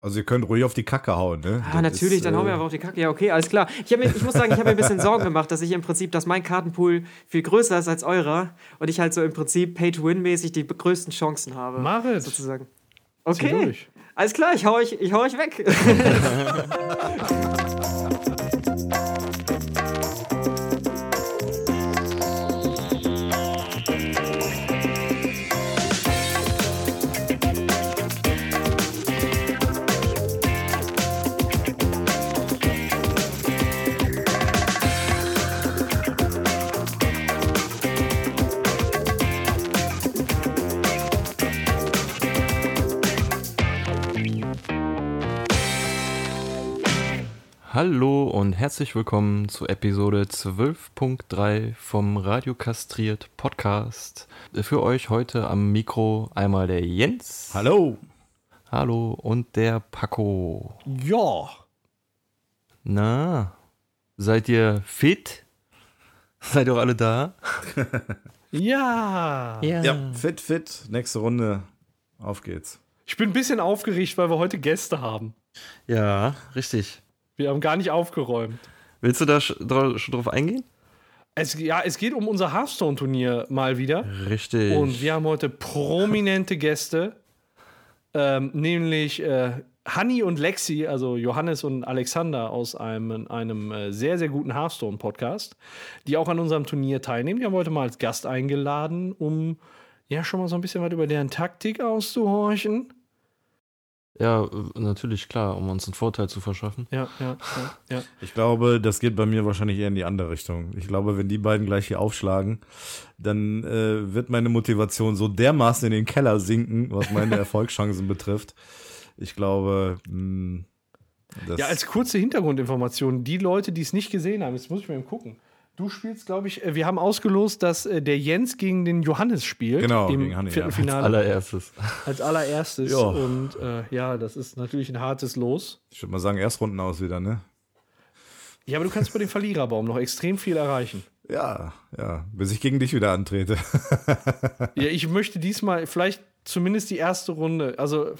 Also ihr könnt ruhig auf die Kacke hauen, ne? Ah, natürlich, ist, dann hauen wir äh, aber auf die Kacke. Ja, okay, alles klar. Ich, hab mir, ich muss sagen, ich habe mir ein bisschen Sorgen gemacht, dass ich im Prinzip, dass mein Kartenpool viel größer ist als eurer und ich halt so im Prinzip Pay-to-Win-mäßig die größten Chancen habe. Marit. Sozusagen. Zieh Okay, durch. alles klar, ich hau euch, ich hau euch weg. Hallo und herzlich willkommen zu Episode 12.3 vom Radio Kastriert Podcast. Für euch heute am Mikro einmal der Jens. Hallo. Hallo und der Paco. Ja. Na, seid ihr fit? Seid ihr auch alle da? Ja. Ja, fit, fit. Nächste Runde. Auf geht's. Ich bin ein bisschen aufgeregt, weil wir heute Gäste haben. Ja, richtig. Wir haben gar nicht aufgeräumt. Willst du da sch- dra- schon drauf eingehen? Es, ja, es geht um unser Hearthstone-Turnier mal wieder. Richtig. Und wir haben heute prominente Gäste, ähm, nämlich äh, Hanni und Lexi, also Johannes und Alexander aus einem, einem äh, sehr, sehr guten Hearthstone-Podcast, die auch an unserem Turnier teilnehmen. Die haben wir heute mal als Gast eingeladen, um ja schon mal so ein bisschen was über deren Taktik auszuhorchen. ja, äh, natürlich, klar, um uns einen Vorteil zu verschaffen. Ja, ja, ja. ja. Ich glaube, das geht bei mir wahrscheinlich eher in die andere Richtung. Ich glaube, wenn die beiden gleich hier aufschlagen, dann äh, wird meine Motivation so dermaßen in den Keller sinken, was meine Erfolgschancen betrifft. Ich glaube, mh, das Ja, als kurze Hintergrundinformation, die Leute, die es nicht gesehen haben, jetzt muss ich mal eben gucken. Du spielst, glaube ich, äh, wir haben ausgelost, dass äh, der Jens gegen den Johannes spielt. Genau, im gegen Hanni, ja. Viertelfinale. Als, Allererstes. allererstes. Ja. Und äh, ja, das ist natürlich ein hartes Los. ich würde mal sagen, erst Runden aus wieder, ne? Ja, aber du kannst bei dem Verliererbaum noch extrem viel erreichen. Ja, ja, bis ich gegen dich wieder antrete. Ja, ich möchte diesmal vielleicht zumindest die erste Runde, also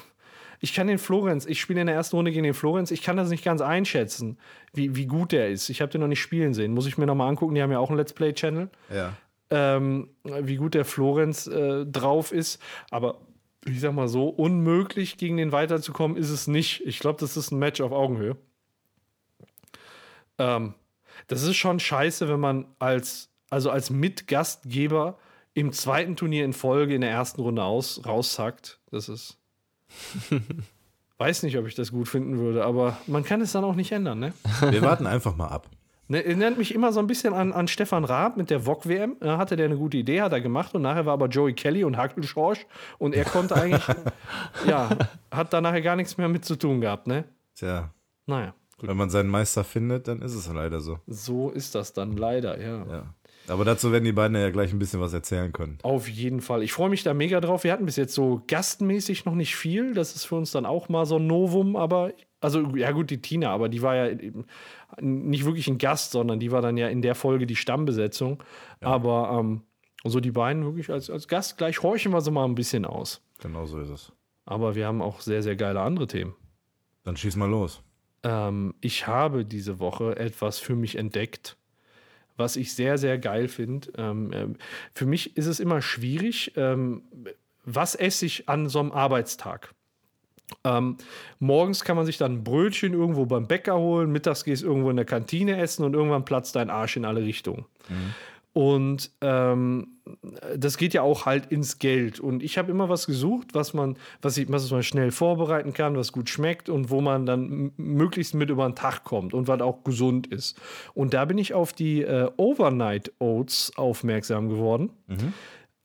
ich kann den Florenz, ich spiele in der ersten Runde gegen den Florenz, ich kann das nicht ganz einschätzen, wie, wie gut der ist. Ich habe den noch nicht spielen sehen. Muss ich mir nochmal angucken, die haben ja auch einen Let's Play-Channel. ja. ähm, wie gut der Florenz äh, drauf ist. Aber ich sag mal so, unmöglich gegen den weiterzukommen ist es nicht. Ich glaube, das ist ein Match auf Augenhöhe. Ähm, das ist schon scheiße, wenn man als, also als Mitgastgeber im zweiten Turnier in Folge in der ersten Runde aus, raussackt. Das ist. Weiß nicht, ob ich das gut finden würde, aber man kann es dann auch nicht ändern, ne? Wir warten einfach mal ab. Ne, erinnert mich immer so ein bisschen an, an Stefan Raab mit der VOG-WM. Da hatte der eine gute Idee, hat er gemacht und nachher war aber Joey Kelly und Hakelschorsch und er konnte eigentlich, ja, hat da nachher gar nichts mehr mit zu tun gehabt, ne? Tja, Naja, gut. wenn man seinen Meister findet, dann ist es leider so. So ist das dann leider, ja. Ja. Aber dazu werden die beiden ja gleich ein bisschen was erzählen können. Auf jeden Fall. Ich freue mich da mega drauf. Wir hatten bis jetzt so gastmäßig noch nicht viel. Das ist für uns dann auch mal so ein Novum, aber. Also, ja, gut, die Tina, aber die war ja eben nicht wirklich ein Gast, sondern die war dann ja in der Folge die Stammbesetzung. Aber ähm, so die beiden wirklich als, als Gast, gleich horchen wir sie mal ein bisschen aus. Genau so ist es. Aber wir haben auch sehr, sehr geile andere Themen. Dann schieß mal los. Ähm, ich habe diese Woche etwas für mich entdeckt, was ich sehr, sehr geil finde. Ähm, ähm, für mich ist es immer schwierig, ähm, was esse ich an so einem Arbeitstag? Ähm, morgens kann man sich dann ein Brötchen irgendwo beim Bäcker holen, mittags gehst du irgendwo in der Kantine essen und irgendwann platzt dein Arsch in alle Richtungen. Und ähm, das geht ja auch halt ins Geld. Und ich habe immer was gesucht, was man, was, ich, was man schnell vorbereiten kann, was gut schmeckt und wo man dann m- möglichst mit über den Tag kommt und was auch gesund ist. Und da bin ich auf die äh, Overnight Oats aufmerksam geworden.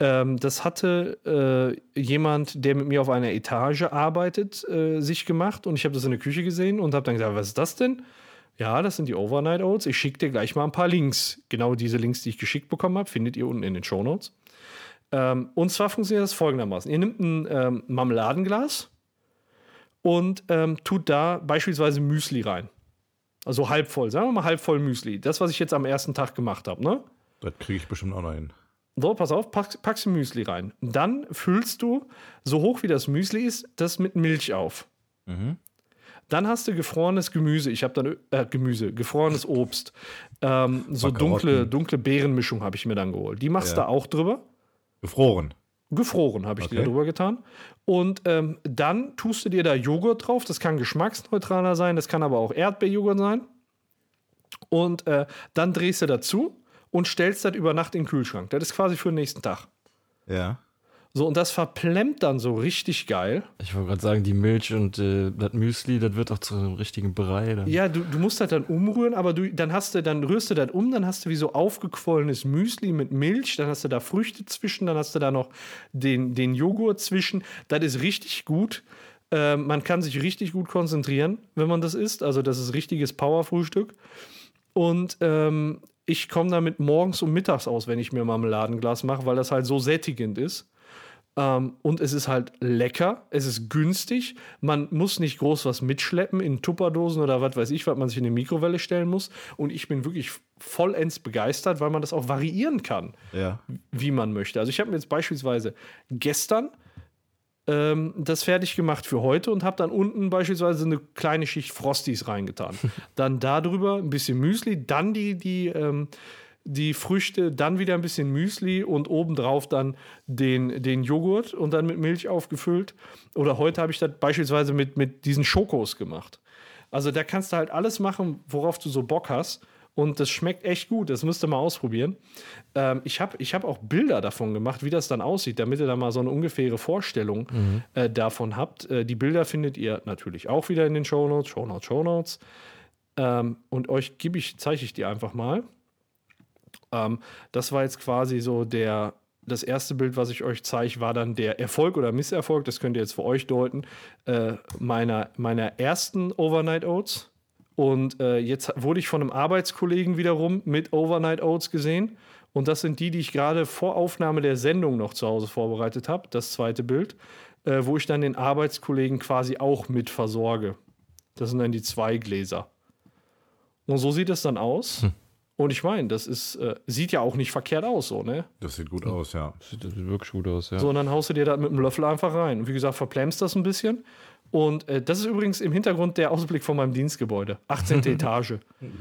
Ähm, das hatte äh, jemand, der mit mir auf einer Etage arbeitet, äh, sich gemacht und ich habe das in der Küche gesehen und habe dann gesagt, was ist das denn? Ja, das sind die Overnight Oats. Ich schicke dir gleich mal ein paar Links. Genau diese Links, die ich geschickt bekommen habe, findet ihr unten in den Show Notes. Ähm, und zwar funktioniert das folgendermaßen: Ihr nehmt ein ähm, Marmeladenglas und ähm, tut da beispielsweise Müsli rein. Also halb voll, sagen wir mal halb voll Müsli. Das, was ich jetzt am ersten Tag gemacht habe, ne? Das kriege ich bestimmt auch noch hin. So, pass auf, pack, packst du Müsli rein. Dann füllst du, so hoch wie das Müsli ist, das mit Milch auf. Dann hast du gefrorenes Gemüse. Ich habe dann äh, Gemüse, gefrorenes Obst. Ähm, so Karotten. dunkle, dunkle Beerenmischung habe ich mir dann geholt. Die machst Ja. du auch drüber. Gefroren. Gefroren habe ich dir Okay. drüber getan. Und ähm, dann tust du dir da Joghurt drauf. Das kann geschmacksneutraler sein, das kann aber auch Erdbeerjoghurt sein. Und äh, dann drehst du dazu und stellst das über Nacht in den Kühlschrank. Das ist quasi für den nächsten Tag. Ja. So, und das verplemmt dann so richtig geil. Ich wollte gerade sagen, die Milch und äh, das Müsli, das wird doch zu einem richtigen Brei. Dann. Ja, du, du musst das dann umrühren, aber du, dann hast du, dann rührst du das um, dann hast du wie so aufgequollenes Müsli mit Milch, dann hast du da Früchte zwischen, dann hast du da noch den, den Joghurt zwischen. Das ist richtig gut. Ähm, man kann sich richtig gut konzentrieren, wenn man das isst. Also, das ist richtiges Powerfrühstück. Und ähm, ich komme damit morgens und mittags aus, wenn ich mir Marmeladenglas mache, weil das halt so sättigend ist. Ähm, und es ist halt lecker, es ist günstig, man muss nicht groß was mitschleppen in Tupperdosen oder was weiß ich, was man sich in eine Mikrowelle stellen muss. Und ich bin wirklich vollends begeistert, weil man das auch variieren kann, Ja. wie man möchte. Also ich habe mir jetzt beispielsweise gestern ähm, das fertig gemacht für heute und habe dann unten beispielsweise eine kleine Schicht Frosties reingetan. dann darüber ein bisschen Müsli, dann die, die, ähm, die Früchte, dann wieder ein bisschen Müsli und obendrauf dann den, den Joghurt und dann mit Milch aufgefüllt. Oder heute habe ich das beispielsweise mit, mit diesen Schokos gemacht. Also da kannst du halt alles machen, worauf du so Bock hast. Und das schmeckt echt gut. Das müsst ihr mal ausprobieren. Ähm, ich habe ich hab auch Bilder davon gemacht, wie das dann aussieht, damit ihr da mal so eine ungefähre Vorstellung äh, davon habt. Äh, die Bilder findet ihr natürlich auch wieder in den Shownotes, Shownotes, Shownotes. Ähm, und euch gebe ich, zeige ich die einfach mal. Ähm, das war jetzt quasi so der, das erste Bild, was ich euch zeige, war dann der Erfolg oder Misserfolg, das könnt ihr jetzt für euch deuten, äh, meiner, meiner ersten Overnight Oats. Und äh, jetzt wurde ich von einem Arbeitskollegen wiederum mit Overnight Oats gesehen. Und das sind die, die ich gerade vor Aufnahme der Sendung noch zu Hause vorbereitet habe, das zweite Bild, äh, wo ich dann den Arbeitskollegen quasi auch mit versorge. Das sind dann die zwei Gläser. Und so sieht es dann aus. Und ich meine, das ist, äh, sieht ja auch nicht verkehrt aus, so, ne? Das sieht gut aus, ja. Das sieht wirklich gut aus, ja. So, und dann haust du dir das mit dem Löffel einfach rein. Und wie gesagt, verplämmst das ein bisschen. Und äh, das ist übrigens im Hintergrund der Ausblick von meinem Dienstgebäude. 18. Etage.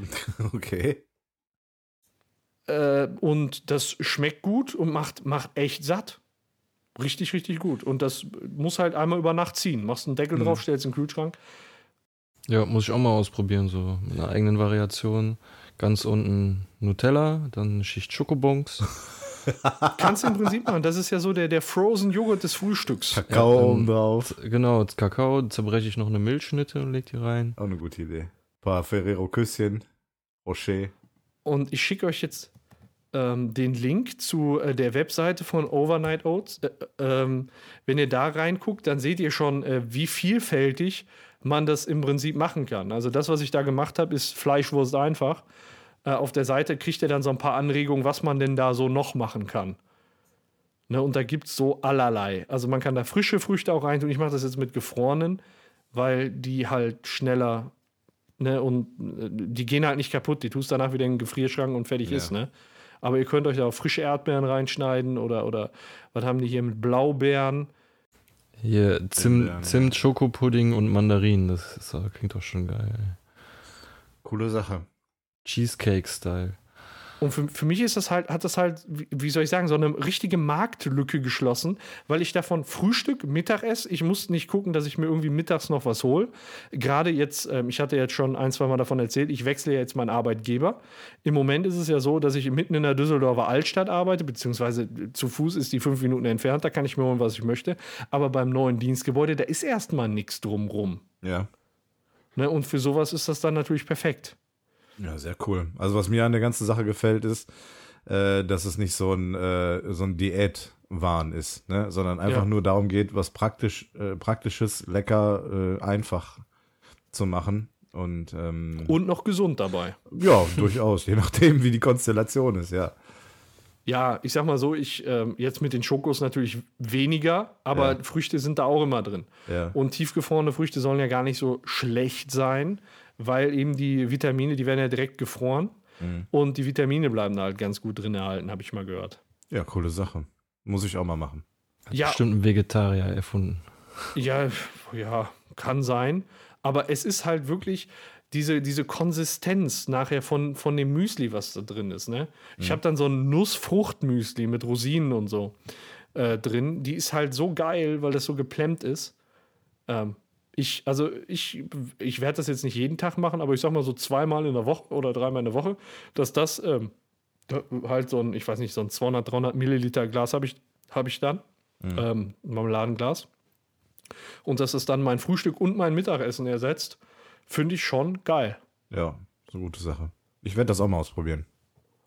Okay. Äh, und das schmeckt gut und macht, macht echt satt. Richtig, richtig gut. Und das muss halt einmal über Nacht ziehen. Machst einen Deckel drauf, stellst in den Kühlschrank. Ja, muss ich auch mal ausprobieren, so mit einer eigenen Variation. Ganz unten Nutella, dann eine Schicht Schokobons. Kannst du im Prinzip machen. Das ist ja so der, der Frozen Joghurt des Frühstücks. Kakao ähm, oben drauf. Genau, Kakao, zerbreche ich noch eine Milchschnitte und leg die rein. Auch eine gute Idee. paar Ferrero-Küsschen. Rocher. Und ich schicke euch jetzt ähm, den Link zu äh, der Webseite von Overnight Oats. Äh, ähm, wenn ihr da reinguckt, dann seht ihr schon, äh, wie vielfältig man das im Prinzip machen kann. Also das, was ich da gemacht habe, ist Fleischwurst einfach. Äh, auf der Seite kriegt ihr dann so ein paar Anregungen, was man denn da so noch machen kann. Ne, und da gibt es so allerlei. Also man kann da frische Früchte auch rein tun. Ich mache das jetzt mit gefrorenen, weil die halt schneller ne, und äh, die gehen halt nicht kaputt. Die tust danach wieder in den Gefrierschrank und fertig Ja. ist, ne? Aber ihr könnt euch da auch frische Erdbeeren reinschneiden oder, oder was haben die hier mit Blaubeeren? Hier Zim, Himbeeren, Zimt, Schokopudding und Mandarinen. Das ist, doch- klingt doch schon geil. Coole Sache. Cheesecake-Style. Und für, für mich ist das halt, hat das halt, wie, wie soll ich sagen, so eine richtige Marktlücke geschlossen, weil ich davon Frühstück, Mittagessen, ich musste nicht gucken, dass ich mir irgendwie mittags noch was hole. Gerade jetzt, ähm, ich hatte jetzt schon ein, zwei Mal davon erzählt, ich wechsle ja jetzt meinen Arbeitgeber. Im Moment ist es ja so, dass ich mitten in der Düsseldorfer Altstadt arbeite, beziehungsweise zu Fuß ist die fünf Minuten entfernt, da kann ich mir holen, was ich möchte. Aber beim neuen Dienstgebäude, da ist erstmal nichts drumrum. Ja. Ne? Und für sowas ist das dann natürlich perfekt. Ja, sehr cool. Also was mir an der ganzen Sache gefällt, ist, äh, dass es nicht so ein, äh, so ein Diätwahn ist, ne? sondern einfach Ja. nur darum geht, was praktisch, äh, praktisches, lecker, äh, einfach zu machen. Und, ähm, Und noch gesund dabei. ja, durchaus, je nachdem, wie die Konstellation ist, ja. Ja, ich sag mal so, ich ähm, jetzt mit den Schokos natürlich weniger, aber Ja. Früchte sind da auch immer drin. Ja. Und tiefgefrorene Früchte sollen ja gar nicht so schlecht sein, weil eben die Vitamine, die werden ja direkt gefroren und die Vitamine bleiben da halt ganz gut drin erhalten, habe ich mal gehört. Ja, coole Sache. Muss ich auch mal machen. Ja, Bestimmt ein Vegetarier erfunden. ja, ja, kann sein. Aber es ist halt wirklich diese, diese Konsistenz nachher von, von dem Müsli, was da drin ist. Ne? Ich habe dann so ein Nussfruchtmüsli mit Rosinen und so äh, drin. Die ist halt so geil, weil das so geplemmt ist. Ähm, ich, also ich, ich werde das jetzt nicht jeden Tag machen, aber ich sag mal so zweimal in der Woche oder dreimal in der Woche, dass das ähm, halt so ein, ich weiß nicht, so ein 200, 300 Milliliter Glas habe ich, hab ich dann. Ähm, Marmeladenglas. Und dass es dann mein Frühstück und mein Mittagessen ersetzt, finde ich schon geil. Ja, so gute Sache. Ich werde das auch mal ausprobieren.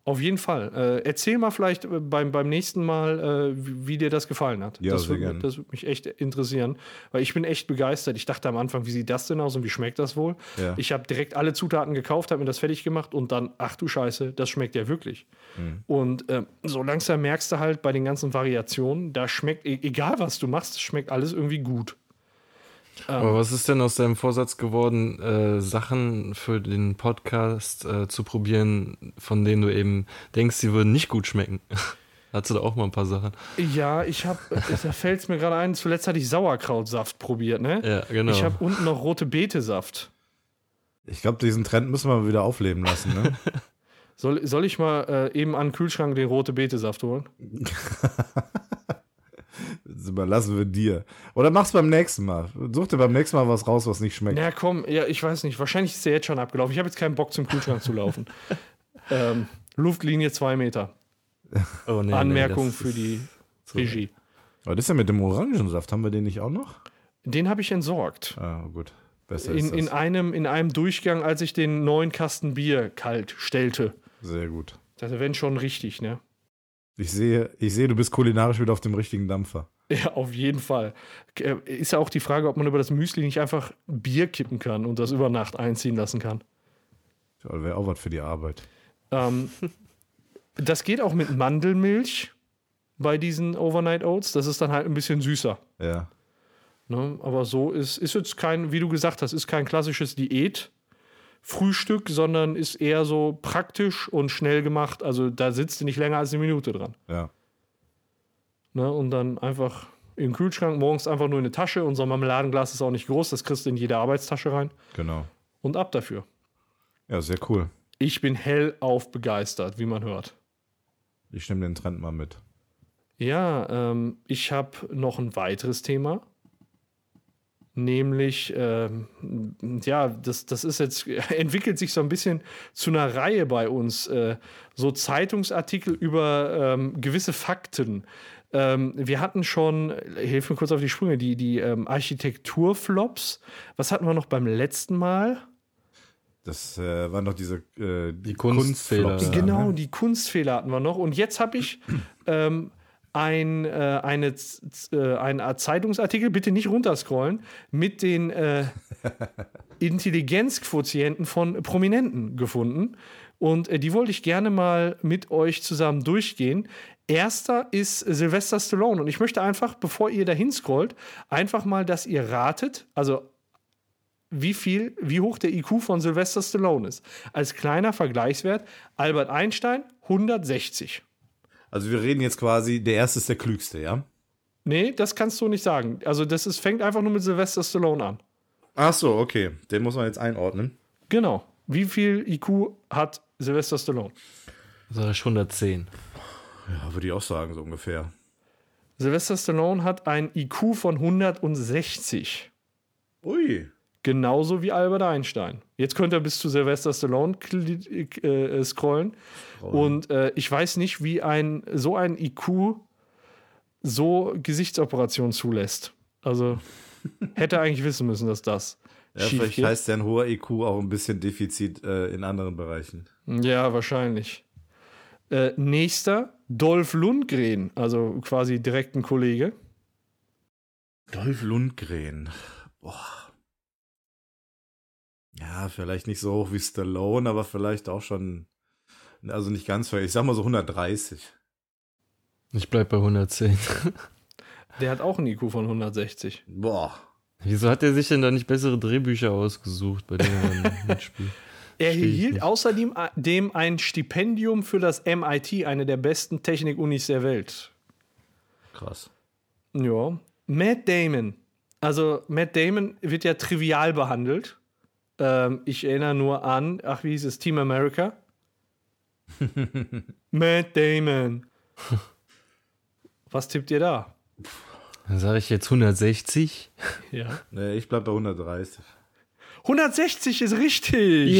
Auf jeden Fall. Äh, erzähl mal vielleicht äh, beim, beim nächsten Mal, äh, wie, wie dir das gefallen hat. Ja, das sehr würde gerne. das würd mich echt interessieren, weil ich bin echt begeistert. Ich dachte am Anfang, wie sieht das denn aus und wie schmeckt das wohl? Ja. Ich habe direkt alle Zutaten gekauft, habe mir das fertig gemacht und dann, ach du Scheiße, das schmeckt ja wirklich. Mhm. Und ähm, so langsam merkst du halt bei den ganzen Variationen, da schmeckt, e- egal was du machst, schmeckt alles irgendwie gut. Oh, Aber was ist denn aus deinem Vorsatz geworden, äh, Sachen für den Podcast äh, zu probieren, von denen du eben denkst, sie würden nicht gut schmecken? Hattest du da auch mal ein paar Sachen? Ja, ich habe, da fällt es mir gerade ein, zuletzt hatte ich Sauerkrautsaft probiert, ne? Ja, genau. Ich habe unten noch rote Betesaft. Ich glaube, diesen Trend müssen wir wieder aufleben lassen, ne? Soll, soll ich mal äh, eben an den Kühlschrank den rote Betesaft holen? Das überlassen wir dir. Oder mach's beim nächsten Mal. Such dir beim nächsten Mal was raus, was nicht schmeckt. Na komm, ja, ich weiß nicht. Wahrscheinlich ist der jetzt schon abgelaufen. Ich habe jetzt keinen Bock zum Kühlschrank zu laufen. Ähm, Luftlinie zwei Meter. oh, nee, nee, Anmerkung das für ist- die Regie. Was ist denn mit dem Orangensaft? Haben wir den nicht auch noch? Den habe ich entsorgt. Ah, gut. Besser In, ist das. in, einem, in einem Durchgang, als ich den neuen Kasten Bier kalt stellte. Sehr gut. Das wäre schon richtig, ne? Ich sehe, ich sehe, du bist kulinarisch wieder auf dem richtigen Dampfer. Ja, auf jeden Fall. Äh, Ist ja auch die Frage, ob man über das Müsli nicht einfach Bier kippen kann und das über Nacht einziehen lassen kann. Wäre auch was für die Arbeit. Ähm, das geht auch mit Mandelmilch bei diesen Overnight Oats. Das ist dann halt ein bisschen süßer. Ja. Ne? Aber so ist, ist jetzt kein, wie du gesagt hast, ist kein klassisches Diät-Frühstück, sondern ist eher so praktisch und schnell gemacht. Also da sitzt du nicht länger als eine Minute dran. Ja. Ne? Und dann einfach im Kühlschrank, morgens einfach nur in eine Tasche. Unser Marmeladenglas ist auch nicht groß, das kriegst du in jede Arbeitstasche rein. Genau. Und ab dafür. Ja, sehr cool. Ich bin hellauf begeistert, wie man hört. Ich nehme den Trend mal mit. Ja, ähm, ich habe noch ein weiteres Thema. Nämlich, ähm, ja, das, das ist jetzt, entwickelt sich so ein bisschen zu einer Reihe bei uns. Äh, so Zeitungsartikel über ähm, gewisse Fakten. Ähm, wir hatten schon, hilf mir kurz auf die Sprünge, die, die ähm, Architekturflops. Was hatten wir noch beim letzten Mal? Das äh, waren doch diese äh, die Kunstfehler. Kunstflops da, Genau, ne? die Kunstfehler hatten wir noch. Und jetzt habe ich ähm, ein, äh, eine, Z- Z- äh, einen A- Zeitungsartikel, bitte nicht runterscrollen, mit den äh, Intelligenzquotienten von Prominenten gefunden. Und äh, die wollte ich gerne mal mit euch zusammen durchgehen. Erster ist Sylvester Stallone. Und ich möchte einfach, bevor ihr dahin scrollt, einfach mal, dass ihr ratet, also wie viel, wie hoch der IQ von Sylvester Stallone ist. Als kleiner Vergleichswert Albert Einstein 160. Also wir reden jetzt quasi, der erste ist der klügste, ja? Nee, das kannst du nicht sagen. Also das ist, fängt einfach nur mit Sylvester Stallone an. Ach so, okay. Den muss man jetzt einordnen. Genau. Wie viel IQ hat Sylvester Stallone? Sag ich 110. Ja, würde ich auch sagen, so ungefähr. Sylvester Stallone hat ein IQ von 160. Ui. Genauso wie Albert Einstein. Jetzt könnt ihr bis zu Sylvester Stallone kli- äh, scrollen. Und äh, ich weiß nicht, wie ein so ein IQ so Gesichtsoperationen zulässt. Also hätte eigentlich wissen müssen, dass das Ja, schief vielleicht geht. heißt ein hoher IQ auch ein bisschen Defizit äh, in anderen Bereichen. Ja, wahrscheinlich. Äh, nächster, Dolph Lundgren, also quasi direkt ein Kollege. Dolph Lundgren. Boah. Ja, vielleicht nicht so hoch wie Stallone, aber vielleicht auch schon. Also nicht ganz, ich sag mal so 130. Ich bleib bei 110. Der hat auch ein IQ von 160. Boah. Wieso hat er sich denn da nicht bessere Drehbücher ausgesucht, bei denen er dann mitspielt? Er Verstehe ich erhielt nicht. außerdem a- dem ein Stipendium für das MIT, eine der besten Technikunis der Welt. Krass. Ja. Matt Damon Also Matt Damon wird ja trivial behandelt. Ähm, ich erinnere nur an, ach, wie hieß es, Team America? Matt Damon. Was tippt ihr da? Dann sage ich jetzt 160. Ja. Nee, ich bleib bei 130. 160 ist richtig.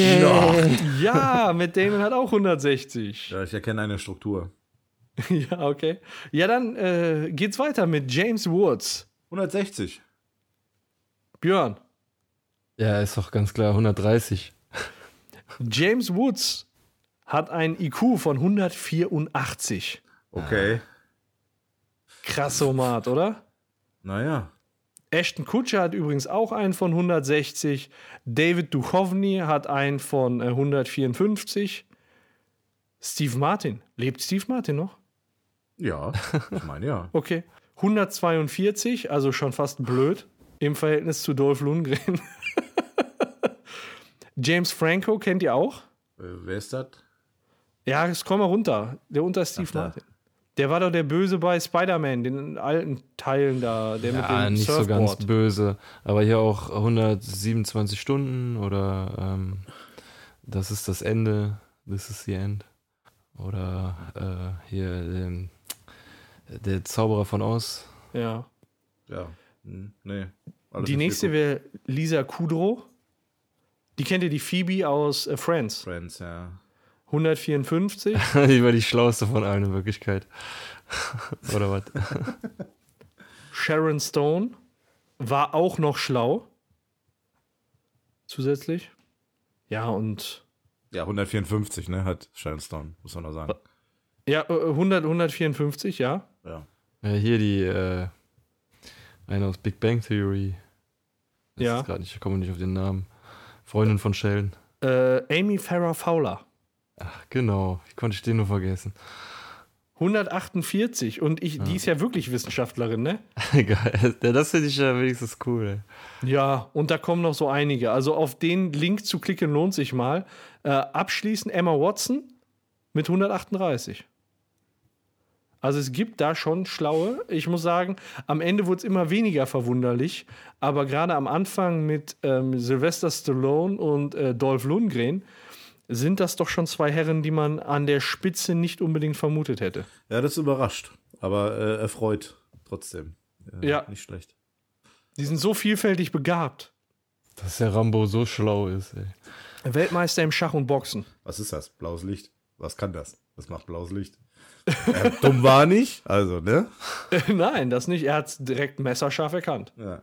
Ja, Matt Damon hat auch 160. Ja, ich erkenne eine Struktur. Ja, okay. Ja, dann äh, geht's weiter mit James Woods. 160. Björn, Ja, ist doch ganz klar 130. James Woods hat ein IQ von 184. Okay. Krassomat, oder? Naja. Ashton Kutscher hat übrigens auch einen von 160. David Duchovny hat einen von äh, 154. Steve Martin. Lebt Steve Martin noch? Ja, ich meine ja. Okay. 142, also schon fast blöd im Verhältnis zu Dolph Lundgren. James Franco kennt ihr auch? Äh, wer ist das? Ja, jetzt komm mal runter. Der unter Steve Ach, da. Martin. Der war doch der Böse bei Spider-Man, den alten Teilen da, der mit Ja, dem Ah, nicht so Surfboard. ganz böse. Aber hier auch 127 Stunden oder ähm, das ist das Ende, this is the end. Oder äh, hier ähm, der Zauberer von Oz. ja. Ja. Hm, nee. Alles Die nicht nächste geguckt. wäre Lisa Kudrow. Die kennt ihr, die Phoebe aus äh, Friends. Friends, ja. 154. die war die schlauste von allen in Wirklichkeit. oder was? Sharon Stone war auch noch schlau. Zusätzlich. Ja, und Ja, 154, ne? Hat Sharon Stone, muss man noch sagen. ja, äh, 100, 154, ja. Ja. Ja, hier die äh, eine aus Big Bang Theory. Das Ja. ist grad nicht, ich komme nicht auf den Namen. Freundin von Sheldon. Äh, Amy Farrah Fowler. Ach, genau. Wie konnte ich den nur vergessen? 148. Und ich, die ist ja wirklich Wissenschaftlerin, ne? Geil. Ja, das finde ich ja wenigstens cool. Ey. Ja, und da kommen noch so einige. Also auf den Link zu klicken lohnt sich mal. Äh, abschließend Emma Watson mit 138. Also es gibt da schon schlaue. Ich muss sagen, am Ende wurde es immer weniger verwunderlich. Aber gerade am Anfang mit ähm, Sylvester Stallone und äh, Dolph Lundgren sind das doch schon zwei Herren, die man an der Spitze nicht unbedingt vermutet hätte. Ja, das überrascht, aber äh, erfreut trotzdem. Äh, Ja. Nicht schlecht. Die sind so vielfältig begabt. Dass der Rambo so schlau ist, ey. Weltmeister im Schach und Boxen. Was ist das? Blaues Licht? Was kann das? Was macht blaues Licht? äh, dumm war er nicht. Also, ne? Nein, das nicht. Er hat es direkt messerscharf erkannt. Ja.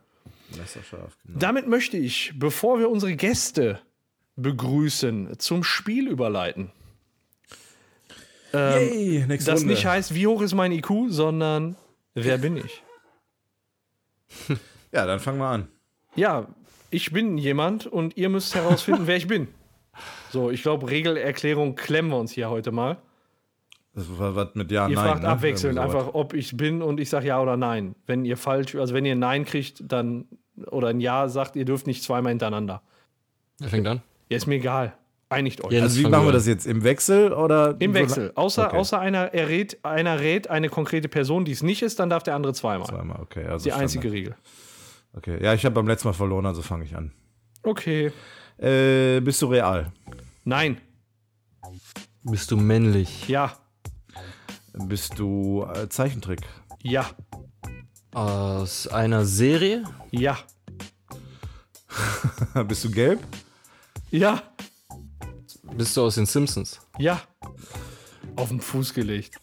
Messerscharf, genau. Damit möchte ich, bevor wir unsere Gäste begrüßen, zum Spiel überleiten. Ähm, Yay, nächste das nicht heißt, wie hoch ist mein IQ, sondern wer bin ich? Ja, dann fangen wir an. Ja, ich bin jemand und ihr müsst herausfinden, wer ich bin. So, ich glaube, Regelerklärung klemmen wir uns hier heute mal. Das war was mit Ja, Ihr Nein. fragt ne? abwechselnd Irgendwie sowas. einfach, ob ich bin und ich sage ja oder nein. Wenn ihr falsch, also wenn ihr nein kriegt, dann oder ein ja sagt, ihr dürft nicht zweimal hintereinander. Wer fängt an? Ja, ist mir egal. Einigt euch. Also, wie Fangen machen wir wir an. das jetzt? Im Wechsel oder? Im so Wechsel. lang- Außer, Okay. außer einer, er rät, einer rät eine konkrete Person, die es nicht ist, dann darf der andere zweimal. Das Zweimal, okay. Also ist die Standard. einzige Regel. Okay. Ja, ich habe beim letzten Mal verloren, also fange ich an. Okay. Äh, bist du real? Nein. Bist du männlich? Ja. Bist du äh, Zeichentrick? Ja. Aus einer Serie? Ja. bist du gelb? Ja. Bist du aus den Simpsons? Ja. Auf den Fuß gelegt.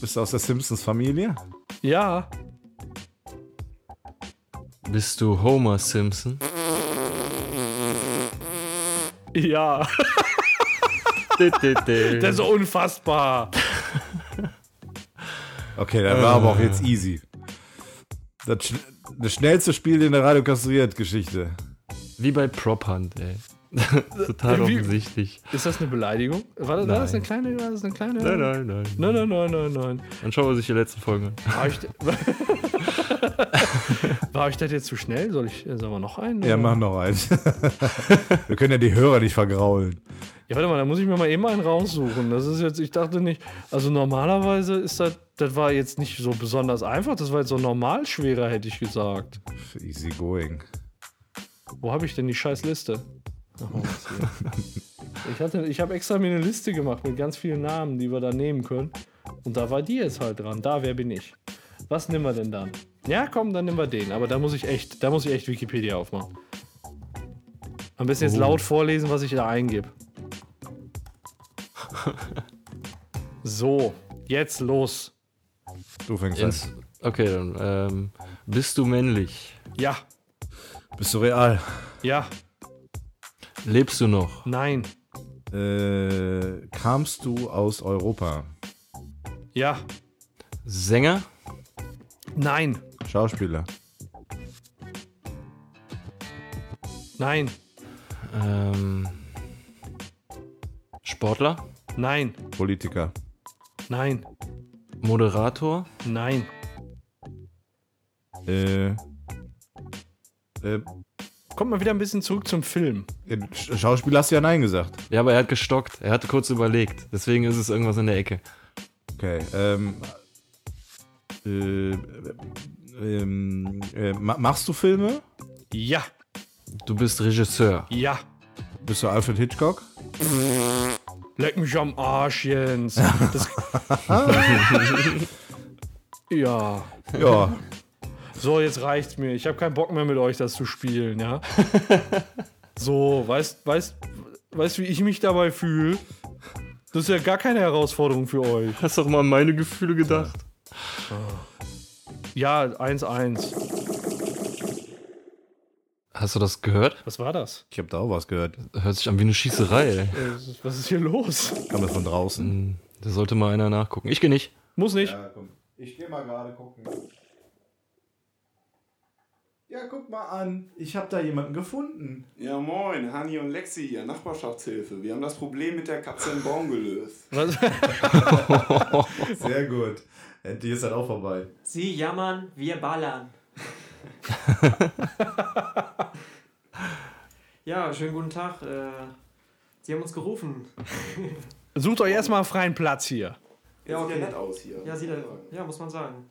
Bist du aus der Simpsons-Familie? Ja. Bist du Homer Simpson? Ja. Das ist unfassbar. Okay, der war aber auch jetzt easy. Das, sch das schnellste Spiel in der Radio Kastriert-Geschichte. Wie bei Prop Hunt, ey. Total Wie- offensichtlich. Ist das eine Beleidigung? War das, war das eine kleine? War das eine kleine? Nein, nein, nein. Nein, nein, nein, nein, nein. Dann schauen wir sich die letzten Folgen an. War ich, war ich das jetzt zu schnell? Soll ich, sollen wir noch einen? Ja, oder? mach noch eins. Wir können ja die Hörer nicht vergraulen. Ja, warte mal, da muss ich mir mal eben einen raussuchen. Das ist jetzt, ich dachte nicht, also normalerweise ist das, das war jetzt nicht so besonders einfach, das war jetzt so normal schwerer, hätte ich gesagt. Easy going. Wo habe ich denn die scheiß Liste? Oh, ich hatte, ich habe extra mir eine Liste gemacht mit ganz vielen Namen, die wir da nehmen können. Und da war die jetzt halt dran. Da, wer bin ich? Was nehmen wir denn dann? Ja, komm, dann nehmen wir den. Aber da muss ich echt, da muss ich echt Wikipedia aufmachen. Am besten jetzt laut vorlesen, was ich da eingebe. so, jetzt los. Du fängst Ins, an. okay, dann. Ähm, bist du männlich? Ja, Bist du real? ja, Lebst du noch? nein, Äh, kamst du aus Europa? ja, Sänger? nein, Schauspieler? nein, Ähm, Sportler? nein, Politiker? nein, Moderator? nein, Äh, äh, Kommt mal wieder ein bisschen zurück zum Film. Sch- Schauspieler hast du ja Nein gesagt. Ja, aber er hat gestockt. Er hatte kurz überlegt. Deswegen ist es irgendwas in der Ecke. Okay. Ähm, äh, äh, ähm, äh, ma- machst du Filme? Ja, Du bist Regisseur. ja. Bist du Alfred Hitchcock? Leck mich am Arsch, Jens. Das ja. Ja. So, jetzt reicht's mir. Ich habe keinen Bock mehr mit euch das zu spielen, ja? so, weißt, weißt, weißt, wie ich mich dabei fühle? Das ist ja gar keine Herausforderung für euch. Hast doch mal an meine Gefühle gedacht. Ja, 1-1. Hast du das gehört? Was war das? Ich habe da auch was gehört. Hört sich an wie eine Schießerei. Ey. Äh, Was ist hier los? Kam das von draußen? Hm, Da sollte mal einer nachgucken. Ich gehe nicht. Muss nicht. Ich gehe mal gerade gucken. Ja, guck mal an. Ich habe da jemanden gefunden. Ja moin, Hani und Lexi hier, Nachbarschaftshilfe. Wir haben das Problem mit der Katze im Baum gelöst. Was? Sehr gut. Die ist halt auch vorbei. Sie jammern, wir ballern. ja, schönen guten Tag. Äh, Sie haben uns gerufen. Sucht euch erstmal einen freien Platz hier. Ja, Sieht ja okay. nett aus hier. Ja, sieht er. Ja, muss man sagen.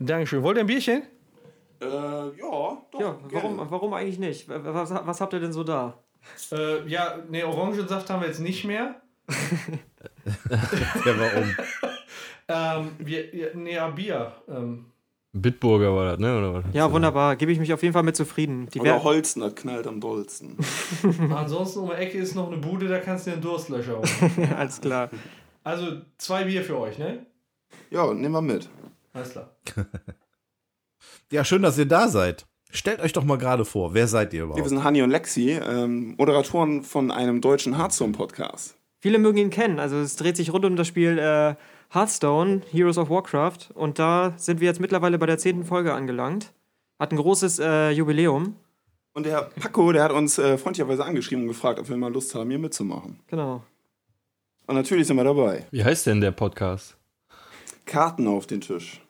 Dankeschön. Wollt ihr ein Bierchen? Äh, ja, doch. Ja, gerne. warum, warum eigentlich nicht? Was, was habt ihr denn so da? Äh, ja, ne, Orangensaft haben wir jetzt nicht mehr. Der war um. Ähm, wir, ja, nee, ja, Bier. Ähm, Bitburger war das, ne? Oder was? Ja, wunderbar. Gebe ich mich auf jeden Fall mit zufrieden. Die Oder wer Holzen, das knallt am dollsten. ansonsten um die Ecke ist noch eine Bude, da kannst du dir einen Durstlöscher holen. Alles klar. Also zwei Bier für euch, ne? ja, nehmen wir mit. Alles klar. Ja, schön, dass ihr da seid. Stellt euch doch mal gerade vor, wer seid ihr Wir überhaupt? sind Hani und Lexi, ähm, Moderatoren von einem deutschen Hearthstone-Podcast. Viele mögen ihn kennen. Also es dreht sich rund um das Spiel äh, Hearthstone, Heroes of Warcraft. Und da sind wir jetzt mittlerweile bei der zehnten Folge angelangt. Hat ein großes äh, Jubiläum. Und der Paco, der hat uns äh, freundlicherweise angeschrieben und gefragt, ob wir mal Lust haben, hier mitzumachen. Genau. Und natürlich sind wir dabei. Wie heißt denn der Podcast? Karten auf den Tisch.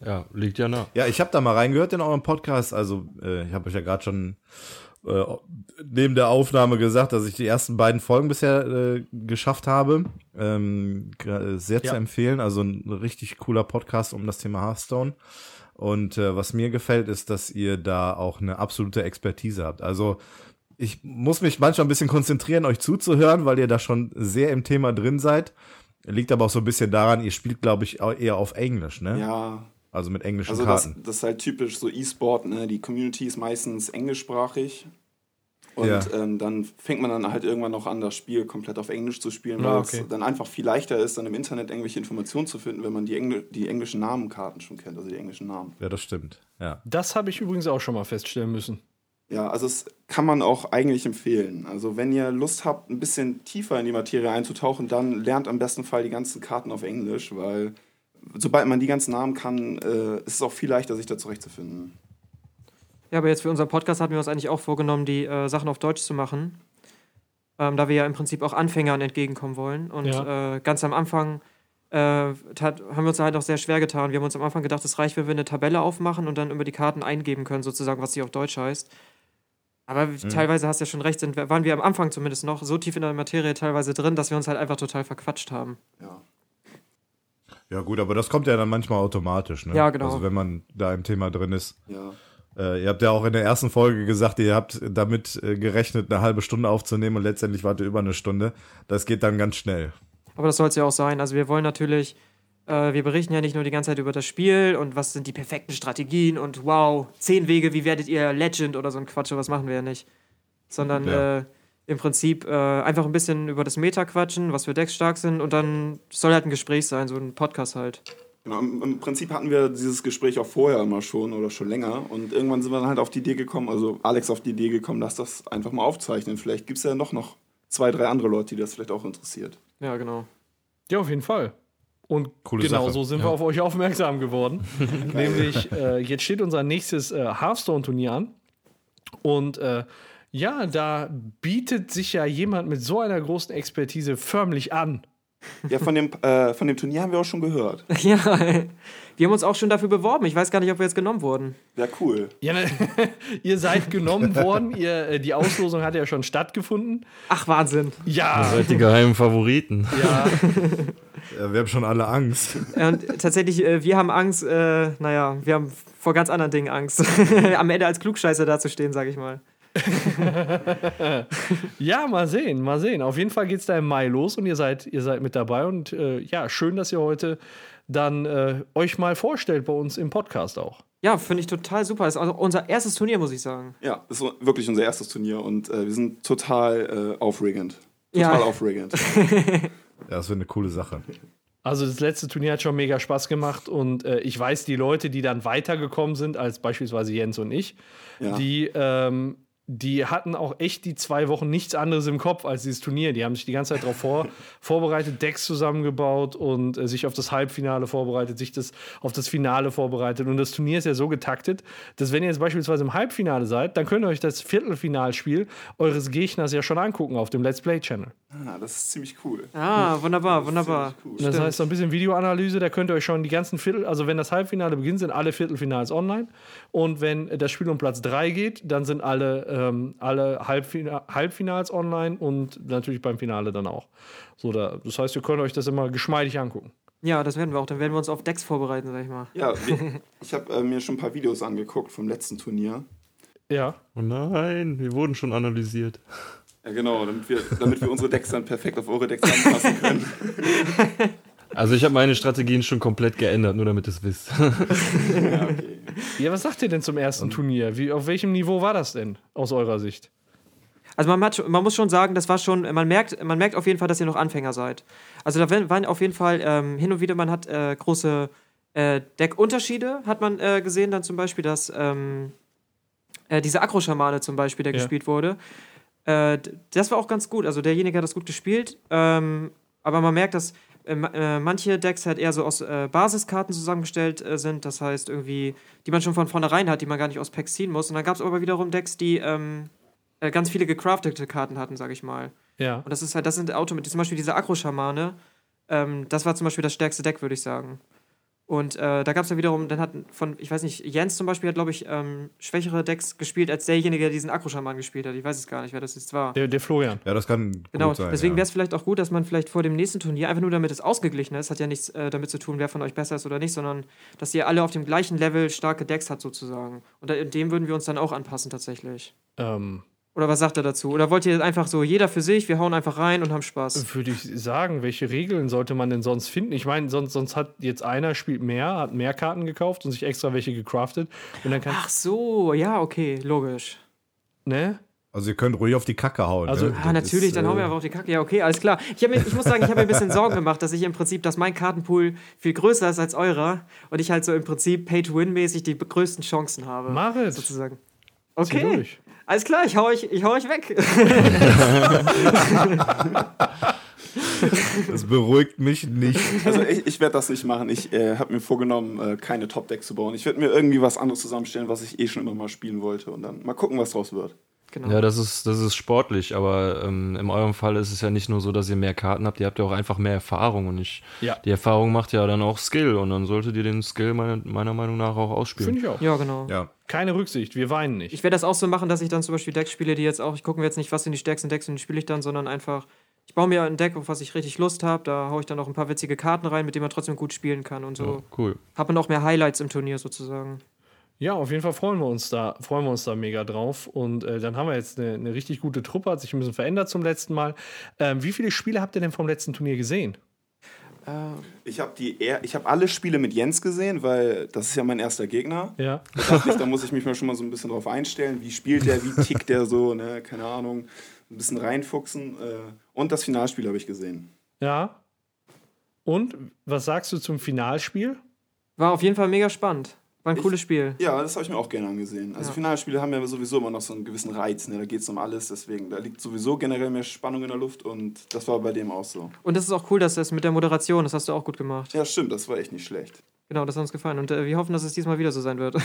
Ja, liegt ja nah. Ja, ich habe da mal reingehört in eurem Podcast. Also, äh, ich habe euch ja gerade schon äh, neben der Aufnahme gesagt, dass ich die ersten beiden Folgen bisher äh, geschafft habe. Ähm, gra- äh, sehr Ja. zu empfehlen. Also ein richtig cooler Podcast um das Thema Hearthstone. Und äh, was mir gefällt, ist, dass ihr da auch eine absolute Expertise habt. Also ich muss mich manchmal ein bisschen konzentrieren, euch zuzuhören, weil ihr da schon sehr im Thema drin seid. Liegt aber auch so ein bisschen daran, ihr spielt, glaube ich, au- eher auf Englisch, ne? Ja, Also mit englischen also das, Karten. das ist halt typisch so E-Sport, ne? Die Community ist meistens englischsprachig. Und Ja. ähm, dann fängt man dann halt irgendwann noch an, das Spiel komplett auf Englisch zu spielen, weil Ah, okay. es dann einfach viel leichter ist, dann im Internet irgendwelche Informationen zu finden, wenn man die, Engl die englischen Namenkarten schon kennt, also die englischen Namen. Ja, das stimmt. Ja. Das habe ich übrigens auch schon mal feststellen müssen. Ja, also es kann man auch eigentlich empfehlen. Also wenn ihr Lust habt, ein bisschen tiefer in die Materie einzutauchen, dann lernt am besten Fall die ganzen Karten auf Englisch, weil sobald man die ganzen Namen kann, äh, ist es auch viel leichter, sich da zurechtzufinden. Ja, aber jetzt für unseren Podcast hatten wir uns eigentlich auch vorgenommen, die äh, Sachen auf Deutsch zu machen. Ähm, da wir ja im Prinzip auch Anfängern entgegenkommen wollen. Und Ja. äh, ganz am Anfang äh, tat, haben wir uns halt auch sehr schwer getan. Wir haben uns am Anfang gedacht, es reicht, wenn wir eine Tabelle aufmachen und dann über die Karten eingeben können, sozusagen, was sie auf Deutsch heißt. Aber teilweise hast du ja schon recht, sind, waren wir am Anfang zumindest noch so tief in der Materie teilweise drin, dass wir uns halt einfach total verquatscht haben. Ja. Ja, gut, aber das kommt ja dann manchmal automatisch, ne? Ja, genau. Also, wenn man da im Thema drin ist. ja. Äh, ihr habt ja auch in der ersten Folge gesagt, ihr habt damit äh, gerechnet, eine halbe Stunde aufzunehmen und letztendlich wart ihr über eine Stunde. Das geht dann ganz schnell. Aber das soll es ja auch sein. Also wir wollen natürlich, äh, wir berichten ja nicht nur die ganze Zeit über das Spiel und was sind die perfekten Strategien und wow, zehn Wege, wie werdet ihr Legend oder so ein Quatsch, was machen wir ja nicht. Sondern Ja. äh, im Prinzip äh, einfach ein bisschen über das Meta quatschen, was für Decks stark sind und dann soll halt ein Gespräch sein, so ein Podcast halt. Genau, im, Im Prinzip hatten wir dieses Gespräch auch vorher immer schon oder schon länger. Und irgendwann sind wir dann halt auf die Idee gekommen, also Alex auf die Idee gekommen, lass das einfach mal aufzeichnen. Vielleicht gibt es ja noch, noch zwei, drei andere Leute, die das vielleicht auch interessiert. Ja, genau. Ja, auf jeden Fall. Und Coole genau Sache. so sind wir auf euch aufmerksam geworden. Nämlich, äh, jetzt steht unser nächstes äh, Hearthstone-Turnier an. Und äh, ja, da bietet sich ja jemand mit so einer großen Expertise förmlich an. Ja, von dem, äh, von dem Turnier haben wir auch schon gehört. ja, wir haben uns auch schon dafür beworben. Ich weiß gar nicht, ob wir jetzt genommen wurden. Ja, cool. Ja, ne, ihr seid genommen worden, ihr, äh, die Auslosung hat ja schon stattgefunden. Ach, Wahnsinn. Ja, Seid die geheimen Favoriten. ja. Äh, wir haben schon alle Angst. Ja, und tatsächlich, äh, wir haben Angst, äh, naja, wir haben vor ganz anderen Dingen Angst. Am Ende als Klugscheißer dazustehen, sag ich mal. Ja, mal sehen, mal sehen. Auf jeden Fall geht es da im Mai los und ihr seid, ihr seid mit dabei. Und äh, ja, schön, dass ihr heute dann äh, euch mal vorstellt bei uns im Podcast auch. Ja, finde ich total super. Das ist also unser erstes Turnier, muss ich sagen. Ja, das ist wirklich unser erstes Turnier und äh, wir sind total äh, aufregend. Ja. Total aufregend. Ja, das wird eine coole Sache. Also das letzte Turnier hat schon mega Spaß gemacht und äh, ich weiß, die Leute, die dann weitergekommen sind, als beispielsweise Jens und ich, Ja. die, ähm, die hatten auch echt die zwei Wochen nichts anderes im Kopf als dieses Turnier. Die haben sich die ganze Zeit darauf vor, vorbereitet, Decks zusammengebaut und äh, sich auf das Halbfinale vorbereitet, sich das, auf das Finale vorbereitet. Und das Turnier ist ja so getaktet, dass wenn ihr jetzt beispielsweise im Halbfinale seid, dann könnt ihr euch das Viertelfinalspiel eures Gegners ja schon angucken auf dem Let's Play-Channel. Ah, das ist ziemlich cool. Ah, wunderbar, wunderbar. Ziemlich cool. Das heißt, so ein bisschen Videoanalyse, da könnt ihr euch schon die ganzen Viertel, also wenn das Halbfinale beginnt, sind alle Viertelfinals online. Und wenn das Spiel um Platz 3 geht, dann sind alle, ähm, alle Halbfina Halbfinals online und natürlich beim Finale dann auch. So, da, das heißt, ihr könnt euch das immer geschmeidig angucken. Ja, das werden wir auch. Dann werden wir uns auf Decks vorbereiten, sag ich mal. Ja, wir, ich habe äh, mir schon ein paar Videos angeguckt vom letzten Turnier. Ja. Oh nein, wir wurden schon analysiert. Ja, genau, damit wir, damit wir unsere Decks dann perfekt auf eure Decks anpassen können. Also ich habe meine Strategien schon komplett geändert, nur damit ihr es wisst. ja, okay. Ja, was sagt ihr denn zum ersten Turnier? Wie, auf welchem Niveau war das denn aus eurer Sicht? Also man, hat, schon- man muss schon sagen, das war schon, man merkt, man merkt auf jeden Fall, dass ihr noch Anfänger seid. Also da werden- waren auf jeden Fall ähm, hin und wieder, man hat äh, große äh, Deckunterschiede, hat man äh, gesehen, dann zum Beispiel, dass ähm, äh, diese Akro-Schamane zum Beispiel, der Ja. gespielt wurde, äh, d- das war auch ganz gut. Also derjenige hat das gut gespielt, ähm, aber man merkt, dass äh, ma- äh, manche Decks halt eher so aus äh, Basiskarten zusammengestellt äh, sind, das heißt irgendwie, die man schon von vornherein hat, die man gar nicht aus Packs ziehen muss. Und dann gab es aber wiederum Decks, die ähm, äh, ganz viele gecraftete Karten hatten, sag ich mal. Ja. Und das ist halt, das sind automatisch, zum Beispiel diese Akro-Schamane, ähm, das war zum Beispiel das stärkste Deck, würde ich sagen. Und äh, da gab es dann wiederum, dann hat von, ich weiß nicht, Jens zum Beispiel hat, glaube ich, ähm, schwächere Decks gespielt als derjenige, der diesen Akro-Schaman gespielt hat. Ich weiß es gar nicht, wer das jetzt war. Der, der Florian. Ja, das kann Genau, gut sein. deswegen ja. wäre es vielleicht auch gut, dass man vielleicht vor dem nächsten Turnier, einfach nur damit es ausgeglichen ist, hat ja nichts äh, damit zu tun, wer von euch besser ist oder nicht, sondern dass ihr alle auf dem gleichen Level starke Decks habt sozusagen. Und da, dem würden wir uns dann auch anpassen tatsächlich. Ähm, Oder was sagt er dazu? Oder wollt ihr einfach so, jeder für sich, wir hauen einfach rein und haben Spaß? Würde ich sagen, welche Regeln sollte man denn sonst finden? Ich meine, sonst, sonst hat jetzt einer spielt mehr, hat mehr Karten gekauft und sich extra welche gecraftet. Und dann kann. Ach so, ja, okay, logisch. Ne? Also ihr könnt ruhig auf die Kacke hauen. Also- ne? Ah, natürlich, dann hauen wir aber auch die Kacke. Ja, okay, alles klar. Ich, hab mir, ich muss sagen, ich habe mir ein bisschen Sorgen gemacht, dass ich im Prinzip, dass mein Kartenpool viel größer ist als eurer und ich halt so im Prinzip Pay-to-Win-mäßig die größten Chancen habe. Marit, Sozusagen. zieh Okay, durch. alles klar, ich hau euch, ich hau euch weg. Das beruhigt mich nicht. Also ich, ich werde das nicht machen. Ich äh, habe mir vorgenommen, äh, keine Top-Decks zu bauen. Ich werde mir irgendwie was anderes zusammenstellen, was ich eh schon immer mal spielen wollte. Und dann mal gucken, was draus wird. Genau. Ja, das ist, das ist sportlich, aber ähm, in eurem Fall ist es ja nicht nur so, dass ihr mehr Karten habt, ihr habt ja auch einfach mehr Erfahrung und ich, Ja, die Erfahrung macht ja dann auch Skill und dann solltet ihr den Skill meiner, meiner Meinung nach auch ausspielen. finde ich auch. Ja, genau. Ja. Keine Rücksicht, wir weinen nicht. Ich werde das auch so machen, dass ich dann zum Beispiel Decks spiele, die jetzt auch, ich gucke mir jetzt nicht, was sind die stärksten Decks und die spiele ich dann, sondern einfach, ich baue mir ein Deck, auf was ich richtig Lust habe. Da haue ich dann auch ein paar witzige Karten rein, mit denen man trotzdem gut spielen kann und so. Ja, cool. Habe dann auch mehr Highlights im Turnier sozusagen. Ja, auf jeden Fall freuen wir uns da, freuen wir uns da mega drauf. Und äh, dann haben wir jetzt eine, eine richtig gute Truppe, hat sich ein bisschen verändert zum letzten Mal. Ähm, wie viele Spiele habt ihr denn vom letzten Turnier gesehen? Ich habe die eher- ich habe alle Spiele mit Jens gesehen, weil das ist ja mein erster Gegner. Ja. Da dachte ich, da muss ich mich mal schon mal so ein bisschen drauf einstellen. Wie spielt der, wie tickt der so, ne? keine Ahnung. Ein bisschen reinfuchsen. Äh, und das Finalspiel habe ich gesehen. Ja. Und was sagst du zum Finalspiel? War auf jeden Fall mega spannend. War ein Ich- cooles Spiel. Ja, das habe ich mir auch gerne angesehen. Also Ja. Finalspiele haben ja sowieso immer noch so einen gewissen Reiz. Ne? Da geht es um alles, deswegen da liegt sowieso generell mehr Spannung in der Luft und das war bei dem auch so. Und das ist auch cool, dass das mit der Moderation, das hast du auch gut gemacht. Ja, stimmt, das war echt nicht schlecht. Genau, das hat uns gefallen. Und äh, wir hoffen, dass es diesmal wieder so sein wird.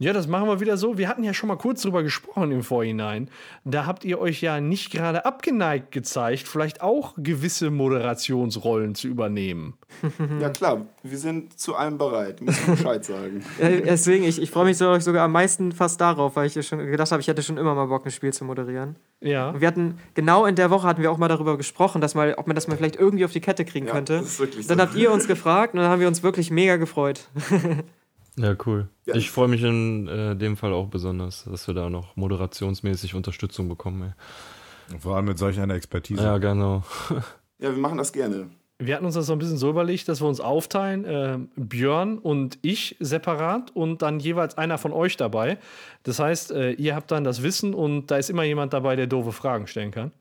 Ja, das machen wir wieder so. Wir hatten ja schon mal kurz drüber gesprochen im Vorhinein. Da habt ihr euch ja nicht gerade abgeneigt gezeigt, vielleicht auch gewisse Moderationsrollen zu übernehmen. Hm. Ja klar, wir sind zu allem bereit. Muss man Bescheid sagen. Äh, Deswegen, ich, ich freue mich so- sogar am meisten fast darauf, weil ich ja schon gedacht habe, ich hätte schon immer mal Bock, ein Spiel zu moderieren. Ja. Und wir hatten, genau in der Woche hatten wir auch mal darüber gesprochen, dass mal, ob man das mal vielleicht irgendwie auf die Kette kriegen Ja, könnte. das ist wirklich Dann so. habt ihr uns gefragt und dann haben wir uns wirklich mega gefreut. Ja, cool. Ja. Ich freue mich in äh, dem Fall auch besonders, dass wir da noch moderationsmäßig Unterstützung bekommen. Vor allem mit solch einer Ey. Expertise. Ja, genau. Ja, wir machen das gerne. Wir hatten uns das so ein bisschen so überlegt, dass wir uns aufteilen, ähm, Björn und ich separat und dann jeweils einer von euch dabei. Das heißt, äh, ihr habt dann das Wissen und da ist immer jemand dabei, der doofe Fragen stellen kann.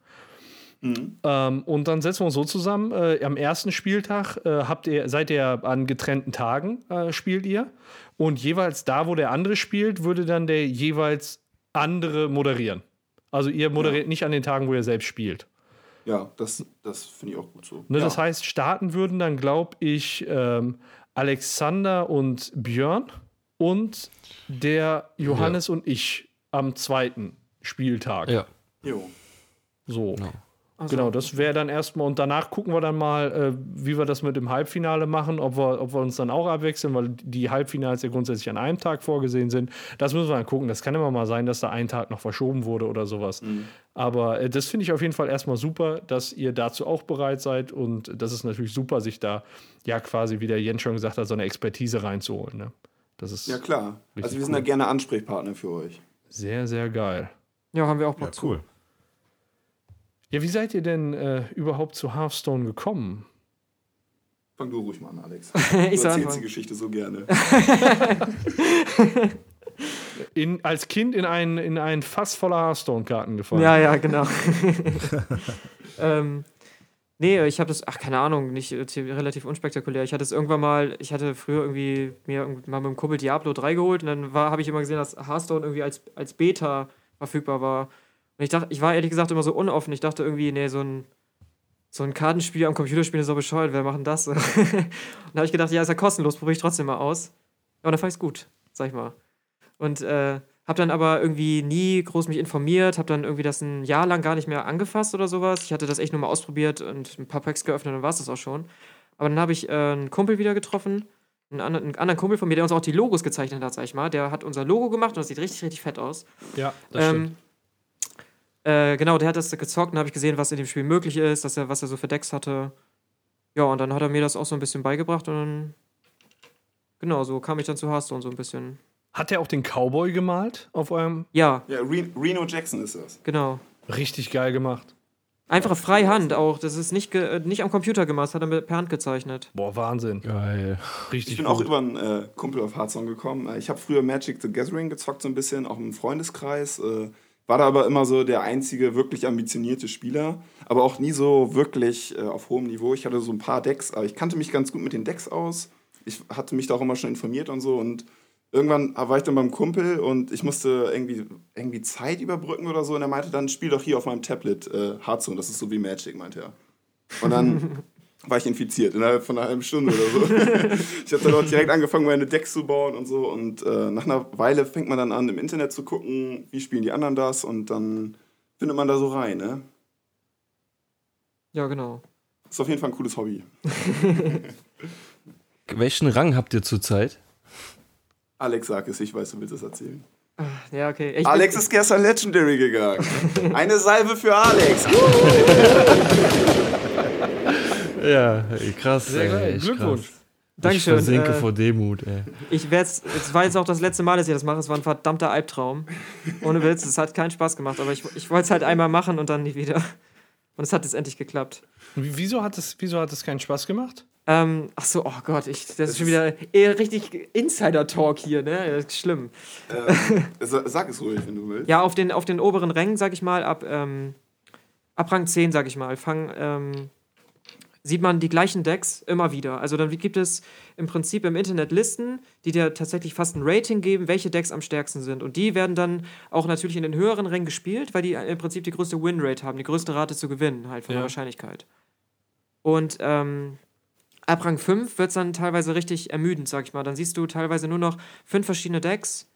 Ähm, und dann setzen wir uns so zusammen. Äh, am ersten Spieltag äh, habt ihr, seid ihr an getrennten Tagen, äh, spielt ihr. Und jeweils da, wo der andere spielt, würde dann der jeweils andere moderieren. Also ihr moderiert nicht an den Tagen, wo ihr selbst spielt. Ja, das, das finde ich auch gut so. Ne, ja. Das heißt, starten würden dann, glaube ich, ähm, Alexander und Björn und der Johannes und ich am zweiten Spieltag. Ja. Jo. So. Genau. Also, Genau, das wäre dann erstmal und danach gucken wir dann mal, äh, wie wir das mit dem Halbfinale machen, ob wir, ob wir uns dann auch abwechseln, weil die Halbfinals ja grundsätzlich an einem Tag vorgesehen sind. Das müssen wir dann gucken. Das kann immer mal sein, dass da ein Tag noch verschoben wurde oder sowas. Mhm. Aber äh, das finde ich auf jeden Fall erstmal super, dass ihr dazu auch bereit seid und das ist natürlich super, sich da ja quasi, wie der Jens schon gesagt hat, so eine Expertise reinzuholen. Ne? Das ist Ja, klar. also Richtig wir sind cool. da gerne Ansprechpartner für euch. sehr, sehr geil. ja, haben wir auch Bock Ja, cool. Ja, wie seid ihr denn äh, überhaupt zu Hearthstone gekommen? Fang du ruhig mal an, Alex. Ich du soll erzählst anfangen. die Geschichte so gerne. in, als Kind in ein, in ein Fass voller Hearthstone-Karten gefallen. Ja, ja, genau. ähm, nee, ich habe das, ach, keine Ahnung, nicht äh, ziemlich- relativ unspektakulär. Ich hatte es irgendwann mal, ich hatte früher irgendwie mir irgend- mal mit dem Kumpel Diablo 3 geholt und dann habe ich immer gesehen, dass Hearthstone irgendwie als, als Beta verfügbar war. Und ich dachte, ich war ehrlich gesagt immer so unoffen. Ich dachte irgendwie, nee, so ein, so ein Kartenspiel am Computerspiel ist so bescheuert, wer macht denn das? und da habe ich gedacht, ja, ist ja kostenlos, probiere ich trotzdem mal aus. Ja, und dann fand ich's gut, sag ich mal. Und äh, habe dann aber irgendwie nie groß mich informiert, habe dann irgendwie das ein Jahr lang gar nicht mehr angefasst oder sowas. Ich hatte das echt nur mal ausprobiert und ein paar Packs geöffnet und dann war es das auch schon. Aber dann habe ich äh, einen Kumpel wieder getroffen, einen, andern- einen anderen Kumpel von mir, der uns auch die Logos gezeichnet hat, sag ich mal. Der hat unser Logo gemacht und das sieht richtig, richtig fett aus. ja Ähm, äh, genau, der hat das gezockt und habe ich gesehen, was in dem Spiel möglich ist, dass er, was er so für Decks hatte. Ja, und dann hat er mir das auch so ein bisschen beigebracht und dann. Genau, so kam ich dann zu Hearthstone so ein bisschen. Hat er auch den Cowboy gemalt auf eurem? Ja, Ja, Re Reno Jackson ist das. genau. Richtig geil gemacht. Einfache Freihand auch. Das ist nicht, ge äh, nicht am Computer gemacht, das hat er mit- per Hand gezeichnet. Boah, Wahnsinn. Geil. Richtig Ich bin gut. auch über einen äh, Kumpel auf Hearthstone gekommen. Äh, Ich habe früher Magic the Gathering gezockt, so ein bisschen, auch im Freundeskreis. Äh, war da aber immer so der einzige wirklich ambitionierte Spieler. Aber auch nie so wirklich äh, auf hohem Niveau. Ich hatte so ein paar Decks, aber ich kannte mich ganz gut mit den Decks aus. Ich hatte mich da auch immer schon informiert und so. Und irgendwann war ich dann beim Kumpel und ich musste irgendwie, irgendwie Zeit überbrücken oder so. Und er meinte dann, spiel doch hier auf meinem Tablet äh, Hearthstone. Das ist so wie Magic, meinte er. Und dann war ich infiziert innerhalb von einer halben Stunde oder so. ich habe dann auch direkt angefangen, meine Decks zu bauen und so. Und äh, nach einer Weile fängt man dann an, im Internet zu gucken, wie spielen die anderen das und dann findet man da so rein, ne? Ja, genau. Ist auf jeden Fall ein cooles Hobby. Welchen Rang habt ihr zurzeit? Alex sagt es, ich weiß, du willst es erzählen. Ja, okay. Ich bin- Alex ist gestern Legendary gegangen. Eine Salve für Alex. Ja, ey, krass. Sehr geil. ey, echt Glückwunsch. Krass. Dankeschön, Ich versinke äh, vor Demut, ey. Ich werd's, es war jetzt auch das letzte Mal, dass ich das mache. Es war ein verdammter Albtraum. Ohne Witz, es hat keinen Spaß gemacht, aber ich, ich wollte es halt einmal machen und dann nie wieder. Und es hat jetzt endlich geklappt. Wie- Wieso hat es, wieso hat es keinen Spaß gemacht? Ähm, ach so, oh Gott, ich, das ist schon wieder eher richtig Insider-Talk hier, ne? Das ist schlimm. Sa- Sag es ruhig, wenn du willst. Ja, auf den, auf den oberen Rängen, sag ich mal, ab, ähm, ab Rang 10, sag ich mal, fang, ähm, sieht man die gleichen Decks immer wieder. Also dann gibt es im Prinzip im Internet Listen, die dir tatsächlich fast ein Rating geben, welche Decks am stärksten sind. Und die werden dann auch natürlich in den höheren Rängen gespielt, weil die im Prinzip die größte Winrate haben, die größte Rate zu gewinnen, halt von Ja. der Wahrscheinlichkeit. Und ähm, ab Rang 5 wird es dann teilweise richtig ermüdend, sag ich mal. Dann siehst du teilweise nur noch fünf verschiedene Decks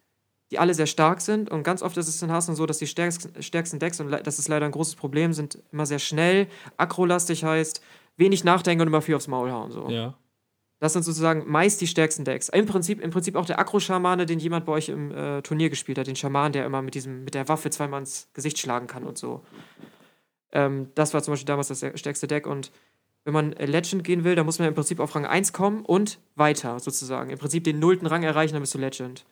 die alle sehr stark sind. Und ganz oft ist es in Hearthstone so, dass die stärksten, stärksten Decks, und le- das ist leider ein großes Problem, sind immer sehr schnell, akrolastig heißt, wenig nachdenken und immer viel aufs Maul hauen. Oh. So. Ja. Das sind sozusagen meist die stärksten Decks. Im Prinzip, im Prinzip auch der Akro-Schamane, den jemand bei euch im äh, Turnier gespielt hat, den Schaman, der immer mit, diesem, mit der Waffe zweimal ins Gesicht schlagen kann und so. Ähm, das war zum Beispiel damals das sehr- stärkste Deck und wenn man äh, Legend gehen will, dann muss man im Prinzip auf Rang 1 kommen und weiter sozusagen. Im Prinzip den nullten Rang erreichen, dann bist du Legend.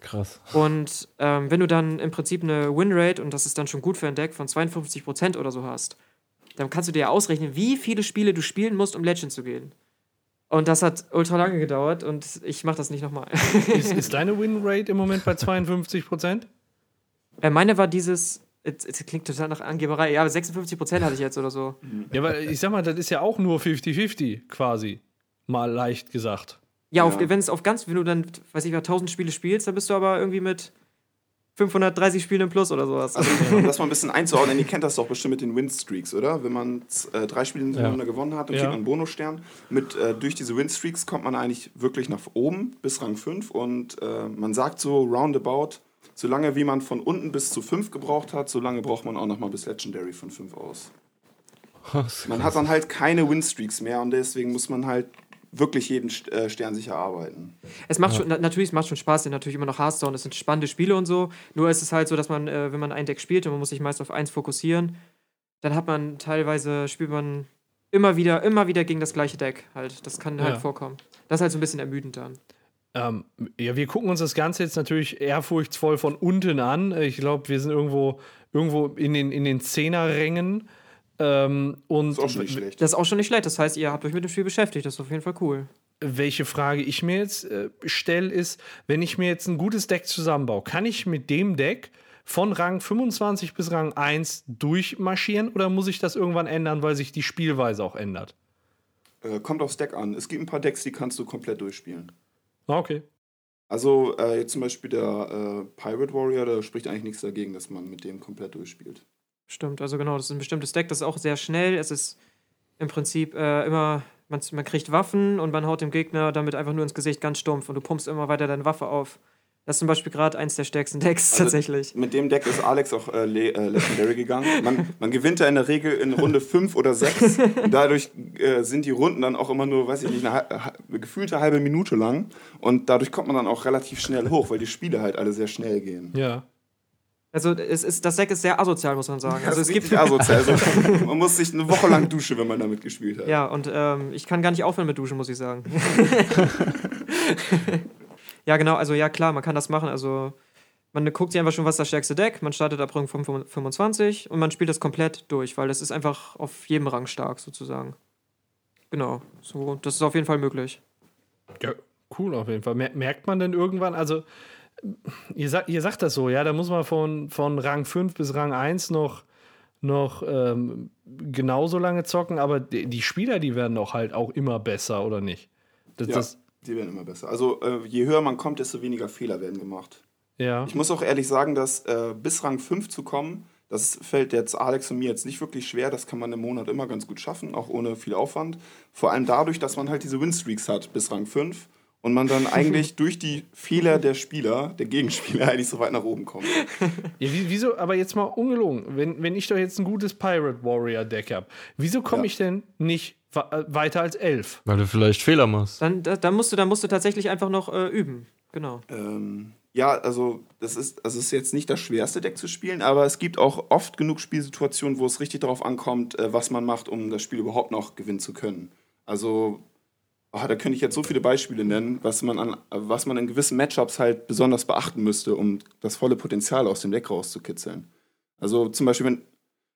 Krass. Und ähm, wenn du dann im Prinzip eine Winrate, und das ist dann schon gut für ein Deck, von 52% oder so hast, dann kannst du dir ja ausrechnen, wie viele Spiele du spielen musst, um Legend zu gehen. Und das hat ultra lange gedauert und ich mache das nicht nochmal. Ist, ist deine Winrate im Moment bei 52 Prozent? äh, meine war dieses, es es klingt total nach Angeberei, ja, aber 56% hatte ich jetzt oder so. Ja, weil ich sag mal, das ist ja auch nur 50-50 quasi. Mal leicht gesagt. Ja, auf, Ja. wenn es auf ganz, wenn du dann, weiß ich, was, 1000 Spiele spielst, dann bist du aber irgendwie mit 530 Spielen im Plus oder sowas. Also, um das mal ein bisschen einzuordnen, ihr kennt das doch bestimmt mit den Winstreaks, oder? Wenn man äh, drei Spiele hintereinander gewonnen hat, dann Ja. kriegt man einen Bonusstern. Mit, äh, durch diese Winstreaks kommt man eigentlich wirklich nach oben bis Rang 5 und äh, man sagt so roundabout, solange wie man von unten bis zu 5 gebraucht hat, solange braucht man auch nochmal bis Legendary von 5 aus. Man hat dann halt keine Winstreaks mehr und deswegen muss man halt wirklich jeden St- äh, Stern sich erarbeiten. Es macht schon, na, natürlich, es macht schon Spaß, denn natürlich immer noch Hearthstone, es sind spannende Spiele und so. Nur ist es halt so, dass man, äh, wenn man ein Deck spielt und man muss sich meist auf eins fokussieren, dann hat man teilweise, spielt man immer wieder, immer wieder gegen das gleiche Deck halt. Das kann Ja. halt vorkommen. Das ist halt so ein bisschen ermüdend dann. Ähm, ja, wir gucken uns das Ganze jetzt natürlich ehrfurchtsvoll von unten an. Ich glaube, wir sind irgendwo, irgendwo in den, in den Zehnerrängen. Ähm, und Ist auch schon nicht schlecht. Das ist auch schon nicht schlecht. Das heißt, ihr habt euch mit dem Spiel beschäftigt. Das ist auf jeden Fall cool. welche Frage ich mir jetzt äh, stelle, ist, wenn ich mir jetzt ein gutes Deck zusammenbaue, kann ich mit dem Deck von Rang 25 bis Rang 1 durchmarschieren oder muss ich das irgendwann ändern, weil sich die Spielweise auch ändert? Äh, kommt aufs Deck an. Es gibt ein paar Decks, die kannst du komplett durchspielen. Ah, Okay. Also äh, jetzt zum Beispiel der äh, Pirate Warrior, da spricht eigentlich nichts dagegen, dass man mit dem komplett durchspielt. Stimmt, also genau, das ist ein bestimmtes Deck. Das ist auch sehr schnell. Es ist im Prinzip äh, immer, man, man kriegt Waffen und man haut dem Gegner damit einfach nur ins Gesicht ganz stumpf und du pumpst immer weiter deine Waffe auf. Das ist zum Beispiel gerade eins der stärksten Decks Also- tatsächlich. Mit dem Deck ist Alex auch äh, le äh, Legendary gegangen. Man, man gewinnt da in der Regel in Runde 5 oder 6. Dadurch äh, sind die Runden dann auch immer nur, weiß ich nicht, eine hal- äh, ha- gefühlte halbe Minute lang. Und dadurch kommt man dann auch relativ schnell hoch, weil die Spiele halt alle sehr schnell gehen. Ja. Also es ist, das Deck ist sehr asozial, muss man sagen. Also Das es ist gibt richtig asozial. Also, man muss sich eine Woche lang duschen, wenn man damit gespielt hat. ja und ähm, ich kann gar nicht aufhören mit Duschen, muss ich sagen. ja genau, also ja klar, man kann das machen. Also man guckt sich einfach schon, was ist das stärkste Deck. Man startet ab Rang 5 25 und man spielt das komplett durch, weil das ist einfach auf jedem Rang stark sozusagen. Genau, so das ist auf jeden Fall möglich. ja. Cool auf jeden Fall. Mer merkt man denn irgendwann, also ihr, sa ihr sagt das so, ja, da muss man von, von Rang 5 bis Rang 1 noch, noch ähm, genauso lange zocken, aber die, die Spieler, die werden doch halt auch immer besser, oder nicht? Das, Ja, das, die werden immer besser. Also äh, je höher man kommt, desto weniger Fehler werden gemacht. ja. Ich muss auch ehrlich sagen, dass äh, bis Rang 5 zu kommen, Das fällt jetzt Alex und mir jetzt nicht wirklich schwer. Das kann man im Monat immer ganz gut schaffen, auch ohne viel Aufwand. Vor allem dadurch, dass man halt diese Winstreaks hat bis Rang 5 und man dann eigentlich durch die Fehler der Spieler, der Gegenspieler, eigentlich so weit nach oben kommt. Ja, wie- wieso, aber jetzt mal ungelogen, wenn, wenn ich doch jetzt ein gutes Pirate Warrior Deck habe, wieso komme Ja. ich denn nicht wa- äh, weiter als elf? Weil du vielleicht Fehler machst. Dann, da, dann, musst du, dann musst du tatsächlich einfach noch äh, üben. Genau. Ähm, ja, also das ist, also es ist jetzt nicht das schwerste Deck zu spielen, aber es gibt auch oft genug Spielsituationen, wo es richtig darauf ankommt, äh, was man macht, um das Spiel überhaupt noch gewinnen zu können. Also ah, da könnte ich jetzt so viele Beispiele nennen, was man, an, äh, was man in gewissen Matchups halt besonders beachten müsste, um das volle Potenzial aus dem Deck rauszukitzeln. Also zum Beispiel, wenn,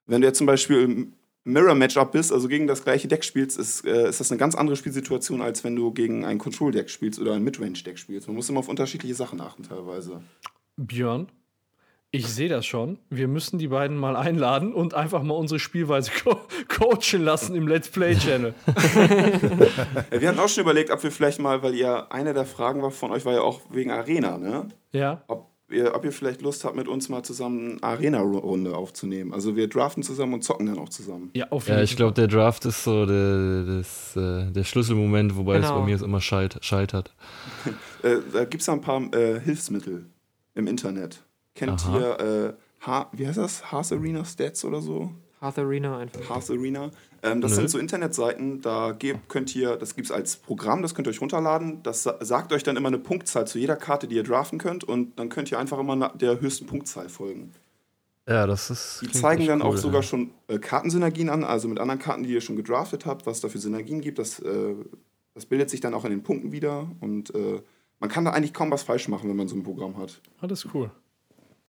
wenn du jetzt zum Beispiel im Mirror-Matchup bist, also gegen das gleiche Deck spielst, ist, äh, ist das eine ganz andere Spielsituation, als wenn du gegen ein Control-Deck spielst oder ein Midrange-Deck spielst. Man muss immer auf unterschiedliche Sachen achten teilweise. Björn, ich sehe das schon. Wir müssen die beiden mal einladen und einfach mal unsere Spielweise co coachen lassen im Let's Play Channel. Äh, wir hatten auch schon überlegt, ob wir vielleicht mal, weil ihr eine der Fragen war von euch, war ja auch wegen Arena, ne? ja. Ob ihr, ob ihr vielleicht Lust habt, mit uns mal zusammen eine Arena-Runde aufzunehmen. Also wir draften zusammen und zocken dann auch zusammen. Ja, auf Ja, jeden ich glaube, der Draft ist so der, das, äh, der Schlüsselmoment, wobei es Genau. bei mir ist immer scheit, scheitert. Äh, da gibt es ja ein paar äh, Hilfsmittel im Internet. Kennt Aha. ihr, äh, ha wie heißt das? Haas Arena Stats oder so? Hearth Arena einfach. Haas Arena. Ähm, das Nö. sind so Internetseiten, da gebt, könnt ihr, das gibt es als Programm, das könnt ihr euch runterladen. Das sa- sagt euch dann immer eine Punktzahl zu jeder Karte, die ihr draften könnt und dann könnt ihr einfach immer na- der höchsten Punktzahl folgen. Ja, das ist. Die klingt zeigen echt dann auch cool, sogar ja. schon äh, Kartensynergien an, also mit anderen Karten, die ihr schon gedraftet habt, was da für Synergien gibt. Das, äh, das bildet sich dann auch in den Punkten wieder und äh, man kann da eigentlich kaum was falsch machen, wenn man so ein Programm hat. Ah, das ist cool.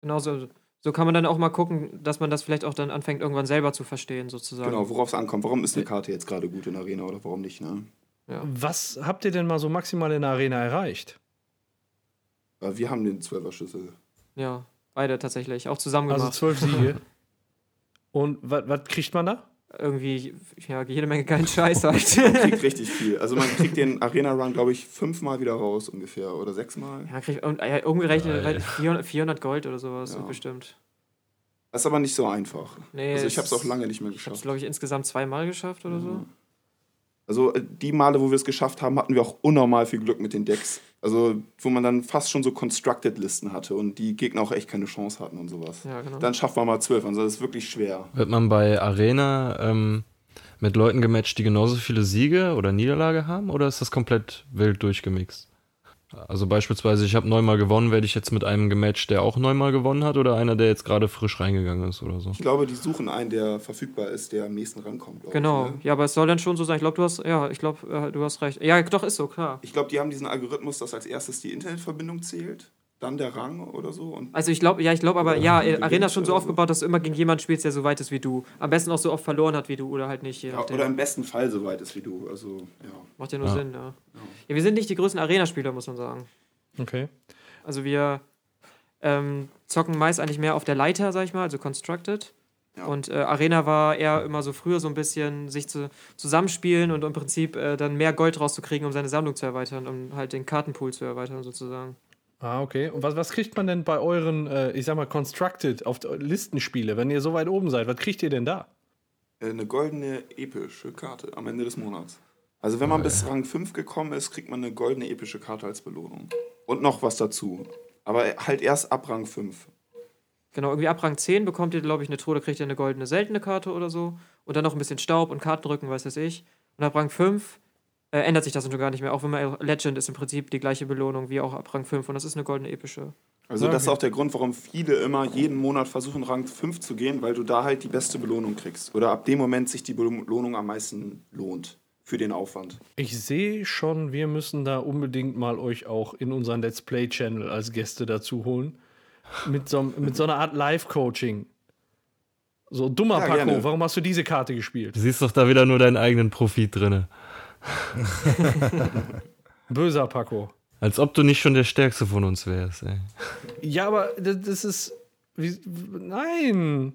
Genau so. So kann man dann auch mal gucken, dass man das vielleicht auch dann anfängt, irgendwann selber zu verstehen, sozusagen. Genau, worauf es ankommt. Warum ist eine Karte jetzt gerade gut in der Arena oder warum nicht? Ne? Was habt ihr denn mal so maximal in der Arena erreicht? Äh, wir haben den 12er-Schlüssel. Ja, beide tatsächlich. Auch zusammen Also gemacht. zwölf Siege. Und was kriegt man da? Irgendwie, ja, jede Menge geilen Scheiß Oh, halt. Man kriegt richtig viel. Also man kriegt den Arena-Run, glaube ich, fünfmal wieder raus ungefähr oder sechsmal. ja, krieg, und, äh, umgerechnet Geil. 400, 400 Gold oder sowas, Ja. bestimmt. Das ist aber nicht so einfach. Nee, Also ich es- habe es auch lange nicht mehr Ich habe es, geschafft. Mhm. glaube ich, insgesamt zweimal geschafft oder so. Also äh, die Male, wo wir es geschafft haben, hatten wir auch unnormal viel Glück mit den Decks. Also wo man dann fast schon so Constructed-Listen hatte und die Gegner auch echt keine Chance hatten und sowas. Ja, genau. Dann schafft man mal zwölf, also das ist wirklich schwer. Wird man bei Arena ähm, mit Leuten gematcht, die genauso viele Siege oder Niederlage haben? Oder ist das komplett wild durchgemixt? Also beispielsweise, ich habe neunmal gewonnen, werde ich jetzt mit einem gematcht, der auch neunmal gewonnen hat oder einer, der jetzt gerade frisch reingegangen ist oder so? Ich glaube, die suchen einen, der verfügbar ist, der am nächsten rankommt. glaub Genau. Ich, ne? Ja, aber es soll dann schon so sein. Ich glaube, du hast, ja, ich glaube, äh, du hast recht. Ja, doch, ist so, klar. ich glaube, die haben diesen Algorithmus, dass als erstes die Internetverbindung zählt, dann der Rang oder so. Und Also ich glaube, ja, ich glaube aber, ja, äh, Arena ist schon so Oder so. aufgebaut, dass du immer gegen jemanden spielst, der so weit ist wie du. Am besten auch so oft verloren hat wie du oder halt nicht. Je Ja, nachdem. oder im besten Fall so weit ist wie du. Also, ja. Macht ja nur Sinn, ja. Ja, wir sind nicht die größten Arena-Spieler, muss man sagen. Okay. Also wir ähm, zocken meist eigentlich mehr auf der Leiter, sag ich mal, also Constructed. Ja. Und äh, Arena war eher immer so früher so ein bisschen sich zu, zusammenspielen und im Prinzip äh, dann mehr Gold rauszukriegen, um seine Sammlung zu erweitern, um halt den Kartenpool zu erweitern sozusagen. Ah, okay. Und was, was kriegt man denn bei euren, äh, ich sag mal, Constructed auf der- Listenspiele, wenn ihr so weit oben seid? Was kriegt ihr denn da? Äh, Eine goldene epische Karte am Ende des Monats. Also, wenn man bis Rang 5 gekommen ist, kriegt man eine goldene epische Karte als Belohnung. Und noch was dazu. Aber halt erst ab Rang 5. Genau, irgendwie ab Rang 10 bekommt ihr, glaube ich, eine Truhe, da kriegt ihr eine goldene seltene Karte oder so. Und dann noch ein bisschen Staub und Kartenrücken, weiß das ich. Und ab Rang 5 äh, ändert sich das natürlich gar nicht mehr. Auch wenn man Legend ist im Prinzip die gleiche Belohnung wie auch ab Rang 5 und das ist eine goldene epische. Also, das ist Okay. auch der Grund, warum viele immer jeden Monat versuchen, Rang 5 zu gehen, weil du da halt die beste Belohnung kriegst. Oder ab dem Moment sich die Belohnung am meisten lohnt. Für den Aufwand. Ich sehe schon, wir müssen da unbedingt mal euch auch in unseren Let's Play Channel als Gäste dazu holen. Mit so, mit so einer Art Live-Coaching. So, dummer Ja, Paco, gerne. warum hast du diese Karte gespielt? Du siehst doch da wieder nur deinen eigenen Profit drinne. Böser Paco. Als ob du nicht schon der Stärkste von uns wärst, ey. Ja, aber das, das ist. Wie, nein!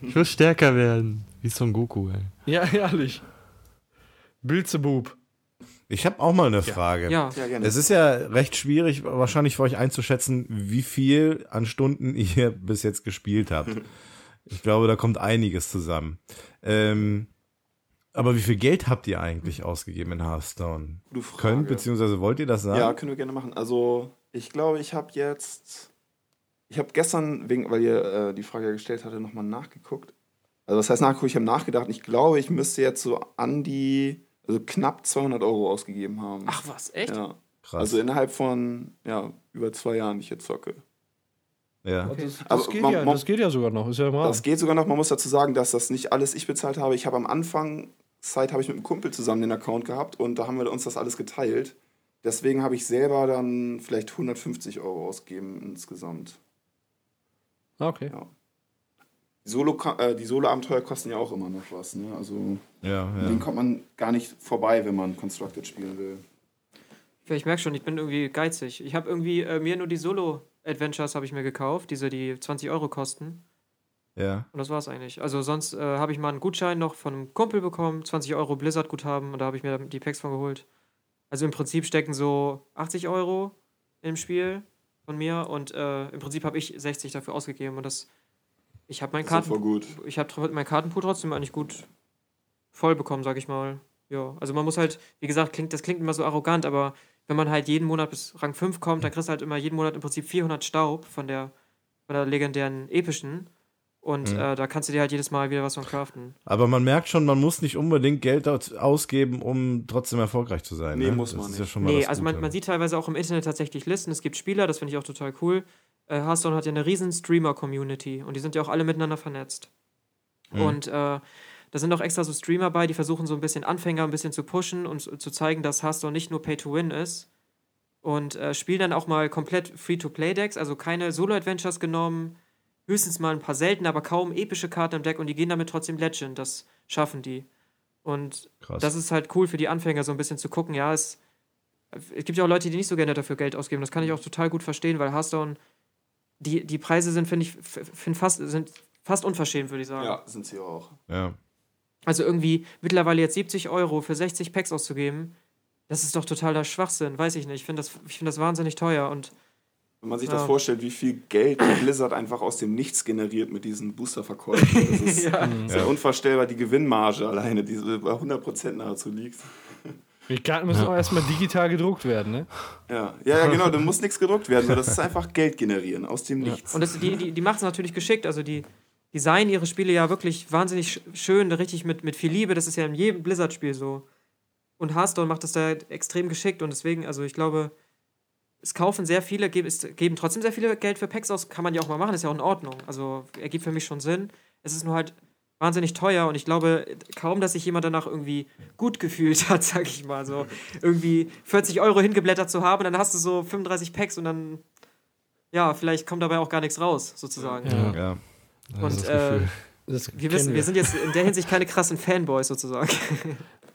Ich will stärker werden. Wie Son Goku, ey. Ja, ehrlich. Bilzebub. Ich habe auch mal eine Frage. Ja. Ja, gerne. Es ist ja recht schwierig, wahrscheinlich für euch einzuschätzen, wie viel an Stunden ihr bis jetzt gespielt habt. Ich glaube, da kommt einiges zusammen. Ähm, aber wie viel Geld habt ihr eigentlich ausgegeben in Hearthstone? Gute Frage. Könnt, beziehungsweise wollt ihr das sagen? Ja, können wir gerne machen. Also, ich glaube, ich habe jetzt. Ich habe gestern, wegen, weil ihr äh, die Frage ja gestellt hatte, nochmal nachgeguckt. Also, was heißt nachgeguckt? Ich habe nachgedacht. Ich glaube, ich müsste jetzt so an die. Also, knapp 200 Euro ausgegeben haben. Ach was, echt? Ja. Krass. Also, innerhalb von ja, über zwei Jahren, die ich jetzt zocke. ja. Das, das, Aber geht man- ja, man- das geht ja sogar noch, ist ja im Rahmen. Das geht sogar noch. Man muss dazu sagen, dass das nicht alles ich bezahlt habe. Ich habe am Anfang Zeit habe ich mit einem Kumpel zusammen den Account gehabt und da haben wir uns das alles geteilt. Deswegen habe ich selber dann vielleicht 150 Euro ausgegeben insgesamt. Ah, Okay. Die Solo, äh, die Solo-Abenteuer kosten ja auch immer noch was. Ne? Also ja, denen ja. kommt man gar nicht vorbei, wenn man Constructed spielen will. Ich merke schon, ich bin irgendwie geizig. Ich habe irgendwie äh, mir nur die Solo-Adventures habe ich mir gekauft, diese, die 20 Euro kosten. ja. Und das war's eigentlich. Also sonst äh, habe ich mal einen Gutschein noch von einem Kumpel bekommen, 20 Euro Blizzard-Guthaben und da habe ich mir dann die Packs von geholt. Also im Prinzip stecken so 80 Euro im Spiel von mir und äh, im Prinzip habe ich 60 dafür ausgegeben und das. Ich habe mein Das ist Karten voll gut. ich habe mein Kartenpool trotzdem eigentlich gut voll bekommen, sag ich mal. Ja, also man muss halt, wie gesagt, klingt, das klingt immer so arrogant, aber wenn man halt jeden Monat bis Rang 5 kommt, dann kriegst du halt immer jeden Monat im Prinzip 400 Staub von der, von der legendären epischen. Und Mhm. äh, da kannst du dir halt jedes Mal wieder was von craften. Aber man merkt schon, man muss nicht unbedingt Geld aus- ausgeben, um trotzdem erfolgreich zu sein. Nee, ne? muss das man ist Ja nicht. schon mal Nee, das also man, Gute. man sieht teilweise auch im Internet tatsächlich Listen. Es gibt Spieler, das finde ich auch total cool. Äh, Hearthstone hat ja eine riesen Streamer-Community und die sind ja auch alle miteinander vernetzt. Mhm. Und äh, da sind auch extra so Streamer bei, die versuchen so ein bisschen Anfänger ein bisschen zu pushen und zu- zu zeigen, dass Hearthstone nicht nur Pay-to-Win ist. Und äh, spielen dann auch mal komplett Free-to-Play-Decks, also keine Solo-Adventures genommen, höchstens mal ein paar selten, aber kaum epische Karten im Deck und die gehen damit trotzdem Legend. Das schaffen die. Und Krass. das ist halt cool für die Anfänger, so ein bisschen zu gucken. Ja, es, es gibt ja auch Leute, die nicht so gerne dafür Geld ausgeben. Das kann ich auch total gut verstehen, weil Hearthstone, die, die Preise sind, finde ich, f- find fast, sind fast unverschämt, würde ich sagen. Ja, sind sie auch. ja. Also irgendwie mittlerweile jetzt 70 Euro für 60 Packs auszugeben, das ist doch totaler Schwachsinn, weiß ich nicht. Ich finde das, ich find das wahnsinnig teuer und Wenn man sich Ja. das vorstellt, wie viel Geld Blizzard einfach aus dem Nichts generiert mit diesen Boosterverkäufen. Das ist Ja. Das ist ja unvorstellbar, die Gewinnmarge alleine, die so bei 100% nahezu liegt. Die Karten müssen auch erstmal digital gedruckt werden, ne? Ja, ja, ja genau, da muss nichts gedruckt werden, sondern das ist einfach Geld generieren aus dem Nichts. Und das, die, die, die machen es natürlich geschickt. Also die designen ihre Spiele ja wirklich wahnsinnig sch schön, richtig mit, mit viel Liebe. Das ist ja in jedem Blizzard-Spiel so. Und Hearthstone macht das da halt extrem geschickt und deswegen, also ich glaube, es kaufen sehr viele, geben, es geben trotzdem sehr viele Geld für Packs aus. Kann man ja auch mal machen, ist ja auch in Ordnung. Also ergibt für mich schon Sinn. Es ist nur halt wahnsinnig teuer und ich glaube kaum, dass sich jemand danach irgendwie gut gefühlt hat, sag ich mal. So irgendwie 40 Euro hingeblättert zu haben, dann hast du so 35 Packs und dann ja, vielleicht kommt dabei auch gar nichts raus, sozusagen. Ja. ja. Also Das Und, ist das Gefühl. Das Wir kennen wissen, wir sind jetzt in der Hinsicht keine krassen Fanboys sozusagen.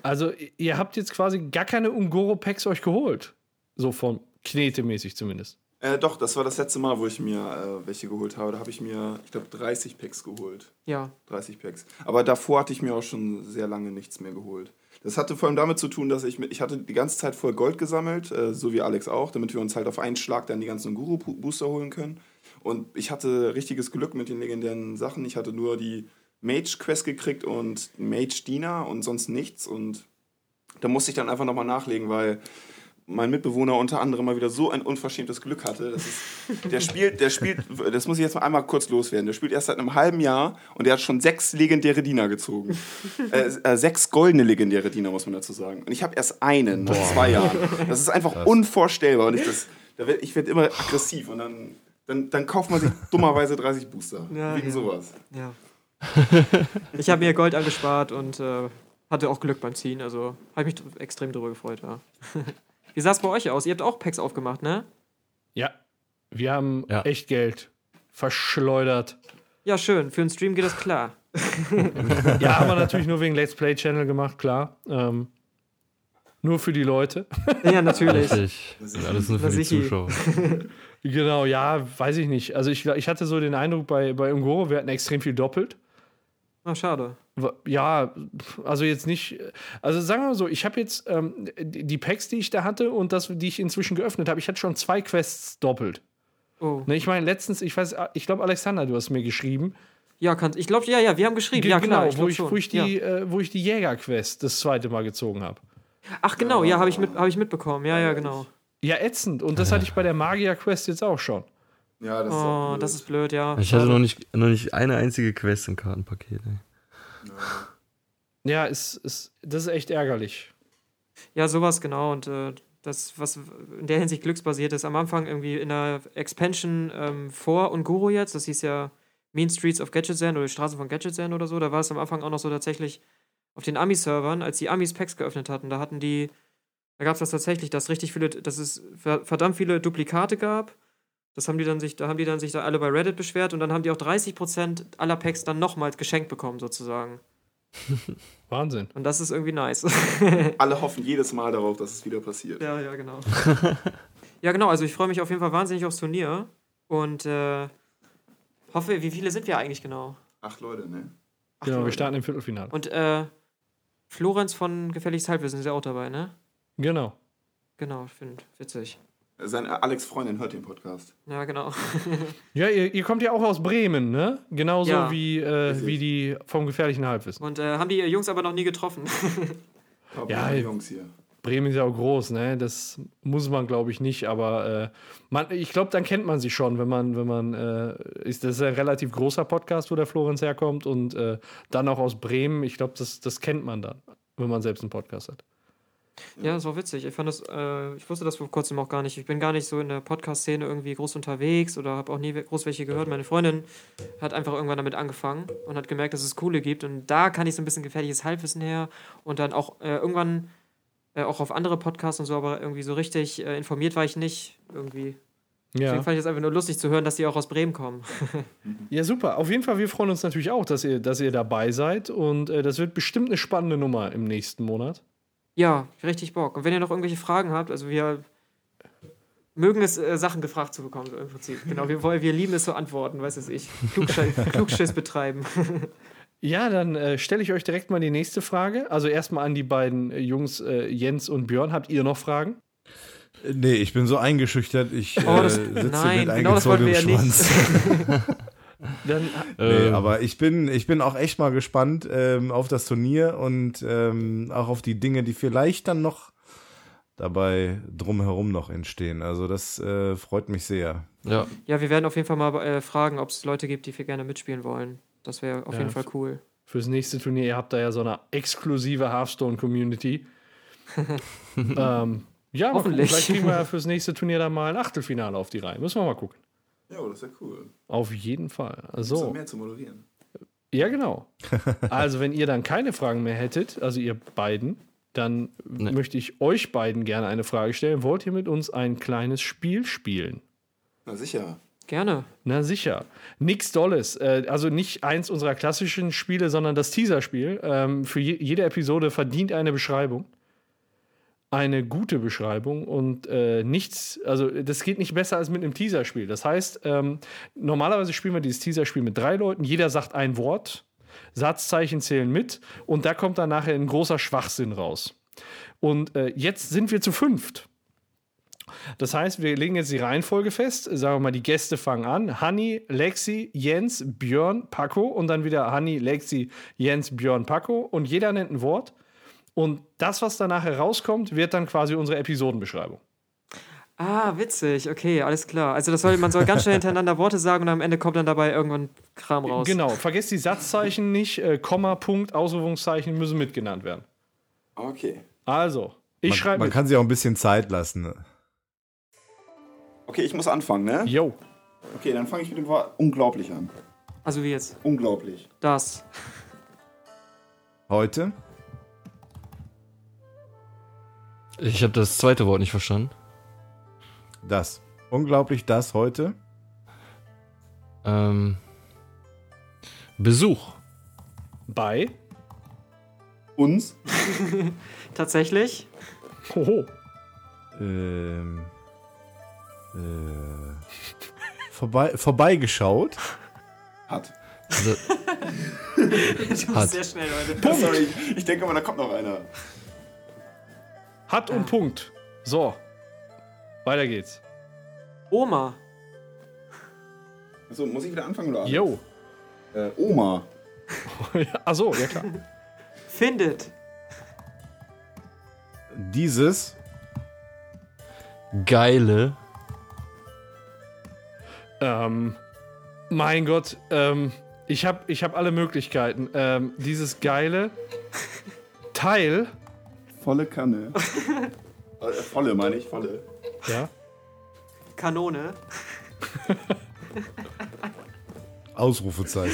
Also, ihr habt jetzt quasi gar keine Ungoro-Packs euch geholt. So von Knete-mäßig zumindest. Äh, doch, das war das letzte Mal, wo ich mir äh, welche geholt habe. Da habe ich mir, ich glaube, 30 Packs geholt. Ja. 30 Packs. Aber davor hatte ich mir auch schon sehr lange nichts mehr geholt. Das hatte vor allem damit zu tun, dass ich mit, ich hatte die ganze Zeit voll Gold gesammelt, äh, so wie Alex auch, damit wir uns halt auf einen Schlag dann die ganzen Guru-Booster holen können. Und ich hatte richtiges Glück mit den legendären Sachen. Ich hatte nur die Mage-Quest gekriegt und Mage-Diener und sonst nichts. Und da musste ich dann einfach nochmal nachlegen, weil mein Mitbewohner unter anderem mal wieder so ein unverschämtes Glück hatte. Das ist, der spielt, der spielt, das muss ich jetzt mal einmal kurz loswerden. Der spielt erst seit einem halben Jahr und der hat schon sechs legendäre Diener gezogen. äh, äh, sechs goldene legendäre Diener, muss man dazu sagen. Und ich habe erst einen nach zwei Jahren. Das ist einfach unvorstellbar. Und ich, das- da werd- ich werde immer aggressiv und dann, dann, dann kauft man sich dummerweise 30 Booster. Ja, wegen ja. sowas. ja. ich habe mir Gold angespart und äh, hatte auch Glück beim Ziehen. Also habe ich mich dr- extrem drüber gefreut, ja. Wie sah es bei euch aus? Ihr habt auch Packs aufgemacht, ne? Ja. Wir haben Ja. echt Geld verschleudert. Ja, schön. Für einen Stream geht das klar. Ja, aber natürlich nur wegen Let's Play Channel gemacht, klar. Ähm, nur für die Leute. Ja, natürlich. Richtig. Das ist alles nur für die Nasichi. Zuschauer. Genau, ja, weiß ich nicht. Also ich, ich hatte so den Eindruck bei, bei Ungoro, wir hatten extrem viel doppelt. Ah, schade. Ja, also jetzt nicht. Also sagen wir mal so, ich habe jetzt ähm, die Packs, die ich da hatte und das, die ich inzwischen geöffnet habe, ich hatte schon zwei Quests doppelt. Oh. Ne, ich meine, letztens, ich weiß, ich glaube, Alexander, du hast mir geschrieben. Ja, kannst. Ich glaube, ja, ja, wir haben geschrieben. Ja, genau, klar, ich wo, glaub ich, schon. wo, ich die, ja. äh, wo ich die Jäger-Quest das zweite Mal gezogen habe. Ach, genau, ja, habe ich, mit, hab ich mitbekommen. Ja, ja, genau. Ja, ätzend. Und das hatte ich bei der Magier-Quest jetzt auch schon. Ja, das ist auch Oh, blöd. das ist blöd, ja. Ich hatte noch nicht, noch nicht eine einzige Quest im Kartenpaket. Ey. Ja, ist, ist, das ist echt ärgerlich. Ja, sowas genau. Und äh, das, was in der Hinsicht glücksbasiert ist, am Anfang irgendwie in der Expansion ähm, vor Unguru jetzt, das hieß ja Mean Streets of Gadgetzan oder die Straßen von Gadgetzan oder so, da war es am Anfang auch noch so tatsächlich auf den Ami-Servern, als die Amis Packs geöffnet hatten, da hatten die, da gab es das tatsächlich, dass richtig viele, dass es ver- verdammt viele Duplikate gab. Das haben die dann sich, da haben die dann sich da alle bei Reddit beschwert und dann haben die auch 30% aller Packs dann nochmals geschenkt bekommen, sozusagen. Wahnsinn. Und das ist irgendwie nice. Alle hoffen jedes Mal darauf, dass es wieder passiert. Ja, ja, genau. ja, genau, also ich freue mich auf jeden Fall wahnsinnig aufs Turnier und äh, hoffe, wie viele sind wir eigentlich genau? Acht Leute, ne? Ach, Genau, wir Leute. starten im Viertelfinale. Und äh, Florenz von Gefälliges Halbwissen ist ja auch dabei, ne? Genau. Genau, find, witzig. Seine äh, Alex Freundin hört den Podcast. Ja, genau. Ja, ihr, ihr kommt ja auch aus Bremen, ne? Genauso Ja. wie, äh, wie die vom gefährlichen Halbwissen. Und äh, haben die Jungs aber noch nie getroffen. Top Ja, die ey. Jungs hier. Bremen ist ja auch groß, ne? Das muss man, glaube ich, nicht, aber äh, man, ich glaube, dann kennt man sie schon, wenn man, wenn man, äh, ist, das ist ein relativ großer Podcast, wo der Florenz herkommt und äh, dann auch aus Bremen. Ich glaube, das, das kennt man dann, wenn man selbst einen Podcast hat. ja, das war witzig. Ich fand das, äh, ich wusste das vor kurzem auch gar nicht. Ich bin gar nicht so in der Podcast-Szene irgendwie groß unterwegs oder habe auch nie we- groß welche gehört. Meine Freundin hat einfach irgendwann damit angefangen und hat gemerkt, dass es coole gibt. Und da kann ich so ein bisschen gefährliches Halbwissen her und dann auch äh, irgendwann äh, auch auf andere Podcasts und so, aber irgendwie so richtig äh, informiert war ich nicht irgendwie. Deswegen Ja. fand ich es einfach nur lustig zu hören, dass die auch aus Bremen kommen. ja, super. Auf jeden Fall, wir freuen uns natürlich auch, dass ihr, dass ihr dabei seid und äh, das wird bestimmt eine spannende Nummer im nächsten Monat. Ja, richtig Bock. Und wenn ihr noch irgendwelche Fragen habt, also wir mögen es, äh, Sachen gefragt zu bekommen, so im Prinzip. Genau, wir, wollen, wir lieben es zu antworten, weiß es ich. Klugschiss, Klugschiss betreiben. Ja, dann äh, stelle ich euch direkt mal die nächste Frage. Also erstmal an die beiden äh, Jungs äh, Jens und Björn. Habt ihr noch Fragen? Nee, ich bin so eingeschüchtert, ich Oh, das- äh, sitze nein, mit genau das wollten eingezogenem wir ja nicht. Schwanz. Dann, Nee, Ähm, aber ich bin, ich bin auch echt mal gespannt ähm, auf das Turnier und ähm, auch auf die Dinge, die vielleicht dann noch dabei drumherum noch entstehen. Also das äh, freut mich sehr. ja, Ja, wir werden auf jeden Fall mal äh, fragen, ob es Leute gibt, die wir gerne mitspielen wollen. Das wäre auf Ja. jeden Fall cool. fürs nächste Turnier, ihr habt da ja so eine exklusive Hearthstone-Community. ähm, ja, mal gucken. Hoffentlich. vielleicht kriegen wir ja fürs nächste Turnier dann mal ein Achtelfinale auf die Reihe. Müssen wir mal gucken. Ja, oh, das ist ja cool. Auf jeden Fall. Ist doch So, mehr zu moderieren. ja, genau. Also, wenn ihr dann keine Fragen mehr hättet, also ihr beiden, dann Nee. möchte ich euch beiden gerne eine Frage stellen. Wollt ihr mit uns ein kleines Spiel spielen? Na sicher. Gerne. Na Ne, sicher. Nix Dolles. Äh, also nicht eins unserer klassischen Spiele, sondern das Teaserspiel. Ähm, für je jede Episode verdient eine Beschreibung. Eine gute Beschreibung und äh, nichts, also das geht nicht besser als mit einem Teaserspiel. Das heißt, ähm, normalerweise spielen wir dieses Teaserspiel mit drei Leuten, jeder sagt ein Wort, Satzzeichen zählen mit und da kommt dann nachher ein großer Schwachsinn raus. Und äh, jetzt sind wir zu fünft. Das heißt, wir legen jetzt die Reihenfolge fest. Sagen wir mal, die Gäste fangen an. Hanni, Lexi, Jens, Björn, Paco und dann wieder Hanni, Lexi, Jens, Björn, Paco und jeder nennt ein Wort. Und das, was danach herauskommt, wird dann quasi unsere Episodenbeschreibung. Ah, witzig. Okay, alles klar. Also das soll, man soll ganz schnell hintereinander Worte sagen und am Ende kommt dann dabei irgendwann Kram raus. Genau, vergesst die Satzzeichen nicht. Äh, Komma, Punkt, Ausrufungszeichen müssen mitgenannt werden. Okay. Also, ich Man, schreibe man mit. kann sich auch ein bisschen Zeit lassen. Okay, ich muss anfangen, ne? Yo. Okay, dann fange ich mit dem Wort unglaublich an. Also wie jetzt? Unglaublich. Das. Heute? ich habe das zweite Wort nicht verstanden. Das. Unglaublich das heute. Ähm, Besuch. Bei. Uns? Tatsächlich? Hoho. Ähm, äh, vorbei, vorbeigeschaut. Hat. Also, Ich muss Hart. sehr schnell, Leute. Sorry, ich denke mal, da kommt noch einer. Hat und Punkt. So. Weiter geht's. Oma. Achso, Also, muss ich wieder anfangen oder? Yo. Äh, Oma. Achso, ja klar. Findet. Dieses geile. Ähm, mein Gott, ähm, ich habe ich hab alle Möglichkeiten. Ähm, dieses geile Teil, Volle Kanne. äh, volle meine ich, volle. ja, Kanone. Ausrufezeichen.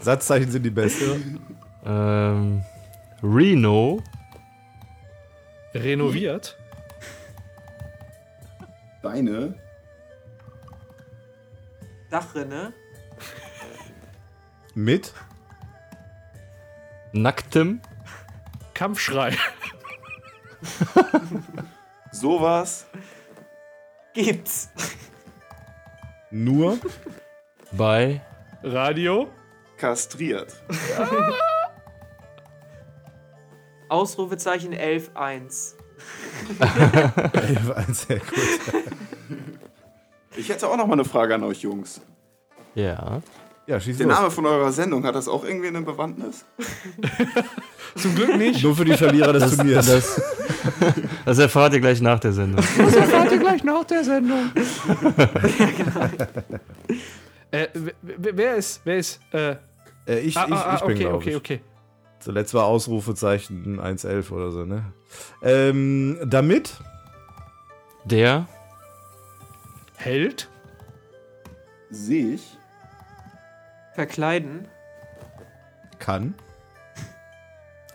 Satzzeichen sind die besten. Ähm, Reno. renoviert. Deine. Dachrinne. Mit Nacktem. Kampfschrei. Sowas. Gibt's. nur Bei. Radio. Kastriert. Ausrufezeichen 11.1. 11 sehr gut. Ich hätte auch noch mal eine Frage an euch Jungs. Ja. Ja, schieß Der los. Name von eurer Sendung, hat das auch irgendwie eine Bewandtnis? Zum Glück nicht. Nur für die Verlierer des Turniers. Das, das erfahrt ihr gleich nach der Sendung. gleich nach der Sendung. äh, w- w- wer ist, wer ist, äh, äh, ich, ah, ich, ah, ah, ich bin, okay, glaube ich. okay, okay. Zuletzt war Ausrufezeichen 1.11 oder so, ne? Ähm, damit Der. Held, Sehe ich. Verkleiden. kann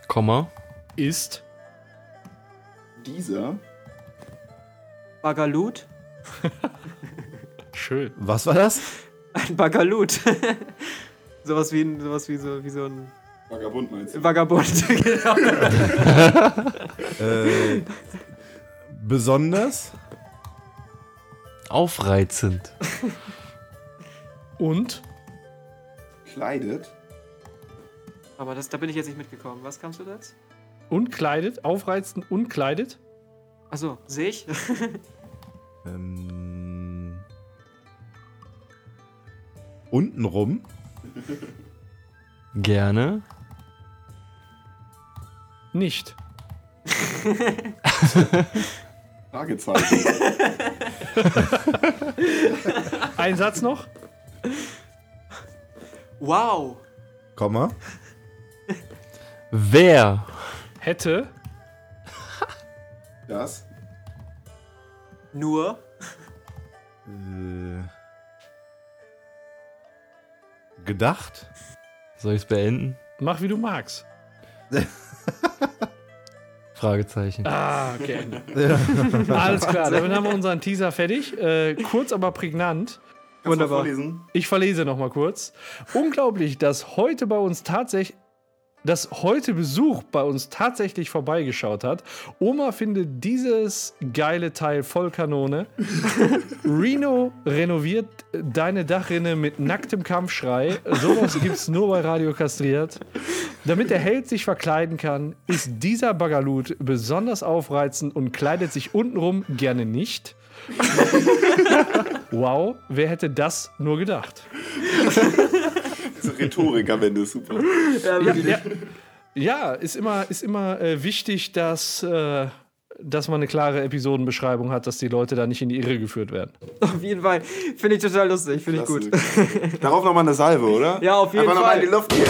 Komma. ist, Dieser. Bagalut. schön, Was war das? Ein Bagalut. sowas wie ein, sowas wie so, wie so ein Vagabund meinst du? Vagabund. genau. äh, besonders Aufreizend. und Kleidet. Aber das, da bin ich jetzt nicht mitgekommen. Was kamst du jetzt? unkleidet, aufreizend, unkleidet. Achso, sehe ich? ähm, untenrum Gerne. Nicht. Fragezeichen. Ein Satz noch. Wow. Komma Wer. Hätte Das. Nur. äh, gedacht Soll ich es beenden? Mach wie du magst. Fragezeichen. Ah, okay. Alles klar, damit haben wir unseren Teaser fertig. Äh, kurz, aber prägnant. Kannst du mal Wunderbar. Vorlesen? Ich verlese nochmal kurz. Unglaublich, dass heute bei uns tatsächlich dass heute Besuch bei uns tatsächlich vorbeigeschaut hat. Oma findet dieses geile Teil voll Kanone. Reno renoviert deine Dachrinne mit nacktem Kampfschrei. Sowas gibt's nur bei Radio Kastriert. Damit der Held sich verkleiden kann, ist dieser Bagalut besonders aufreizend und kleidet sich untenrum gerne nicht. Wow, wer hätte das nur gedacht? Diese Rhetorik am Ende ist super. Ja, Ja, wirklich. ja. ja ist immer, ist immer äh, wichtig, dass, äh, dass man eine klare Episodenbeschreibung hat, dass die Leute da nicht in die Irre geführt werden. Auf jeden Fall. Finde ich total lustig. Finde ich Klasse. gut. Darauf nochmal eine Salve, oder? Ja, auf jeden Einfach nochmal Fall. in die Luft gehen.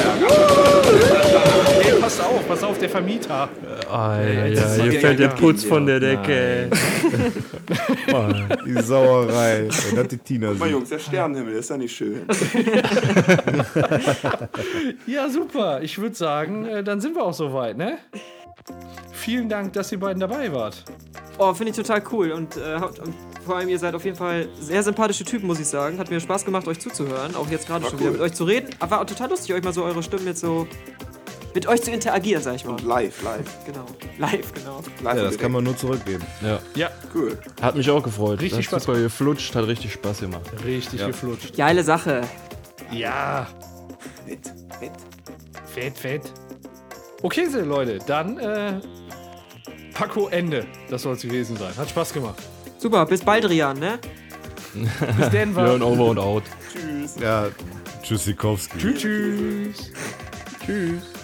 Hey, pass auf, pass auf, der Vermieter. Ah, ja, jetzt ist die Gänge der Decke. Nein. die Sauerei Und das die Tina Mal sieht. Jungs, der Sternenhimmel ist ja nicht schön. Ja, super. Ich würde sagen, äh, dann sind wir auch soweit, ne? Vielen Dank, dass ihr beiden dabei wart. Oh, finde ich total cool. Und, äh, habt, und vor allem, ihr seid auf jeden Fall sehr sympathische Typen, muss ich sagen. Hat mir Spaß gemacht, euch zuzuhören. Auch jetzt gerade War schon cool. wieder mit euch zu reden. Aber war total lustig, euch mal so eure Stimmen jetzt so. Ich bin mit euch zu interagieren, sag ich mal. Und live, live. Genau. Live, genau. live Ja, das und direkt. kann man nur zurückgeben. Ja. Ja, Cool. Hat mich auch gefreut. Richtig Hat Spaß Super geflutscht, hat richtig Spaß gemacht. richtig Ja. geflutscht. Geile Sache. Ja, Mit, mit. fett, fett. Okay, so, Leute, dann äh, Paco Ende. Das soll es gewesen sein. Hat Spaß gemacht. Super, bis bald, Rian, ne? Bis dann Learn war. over und out. Tschüss. Ja, Tschüssikowski. Tschüss. Tschüss.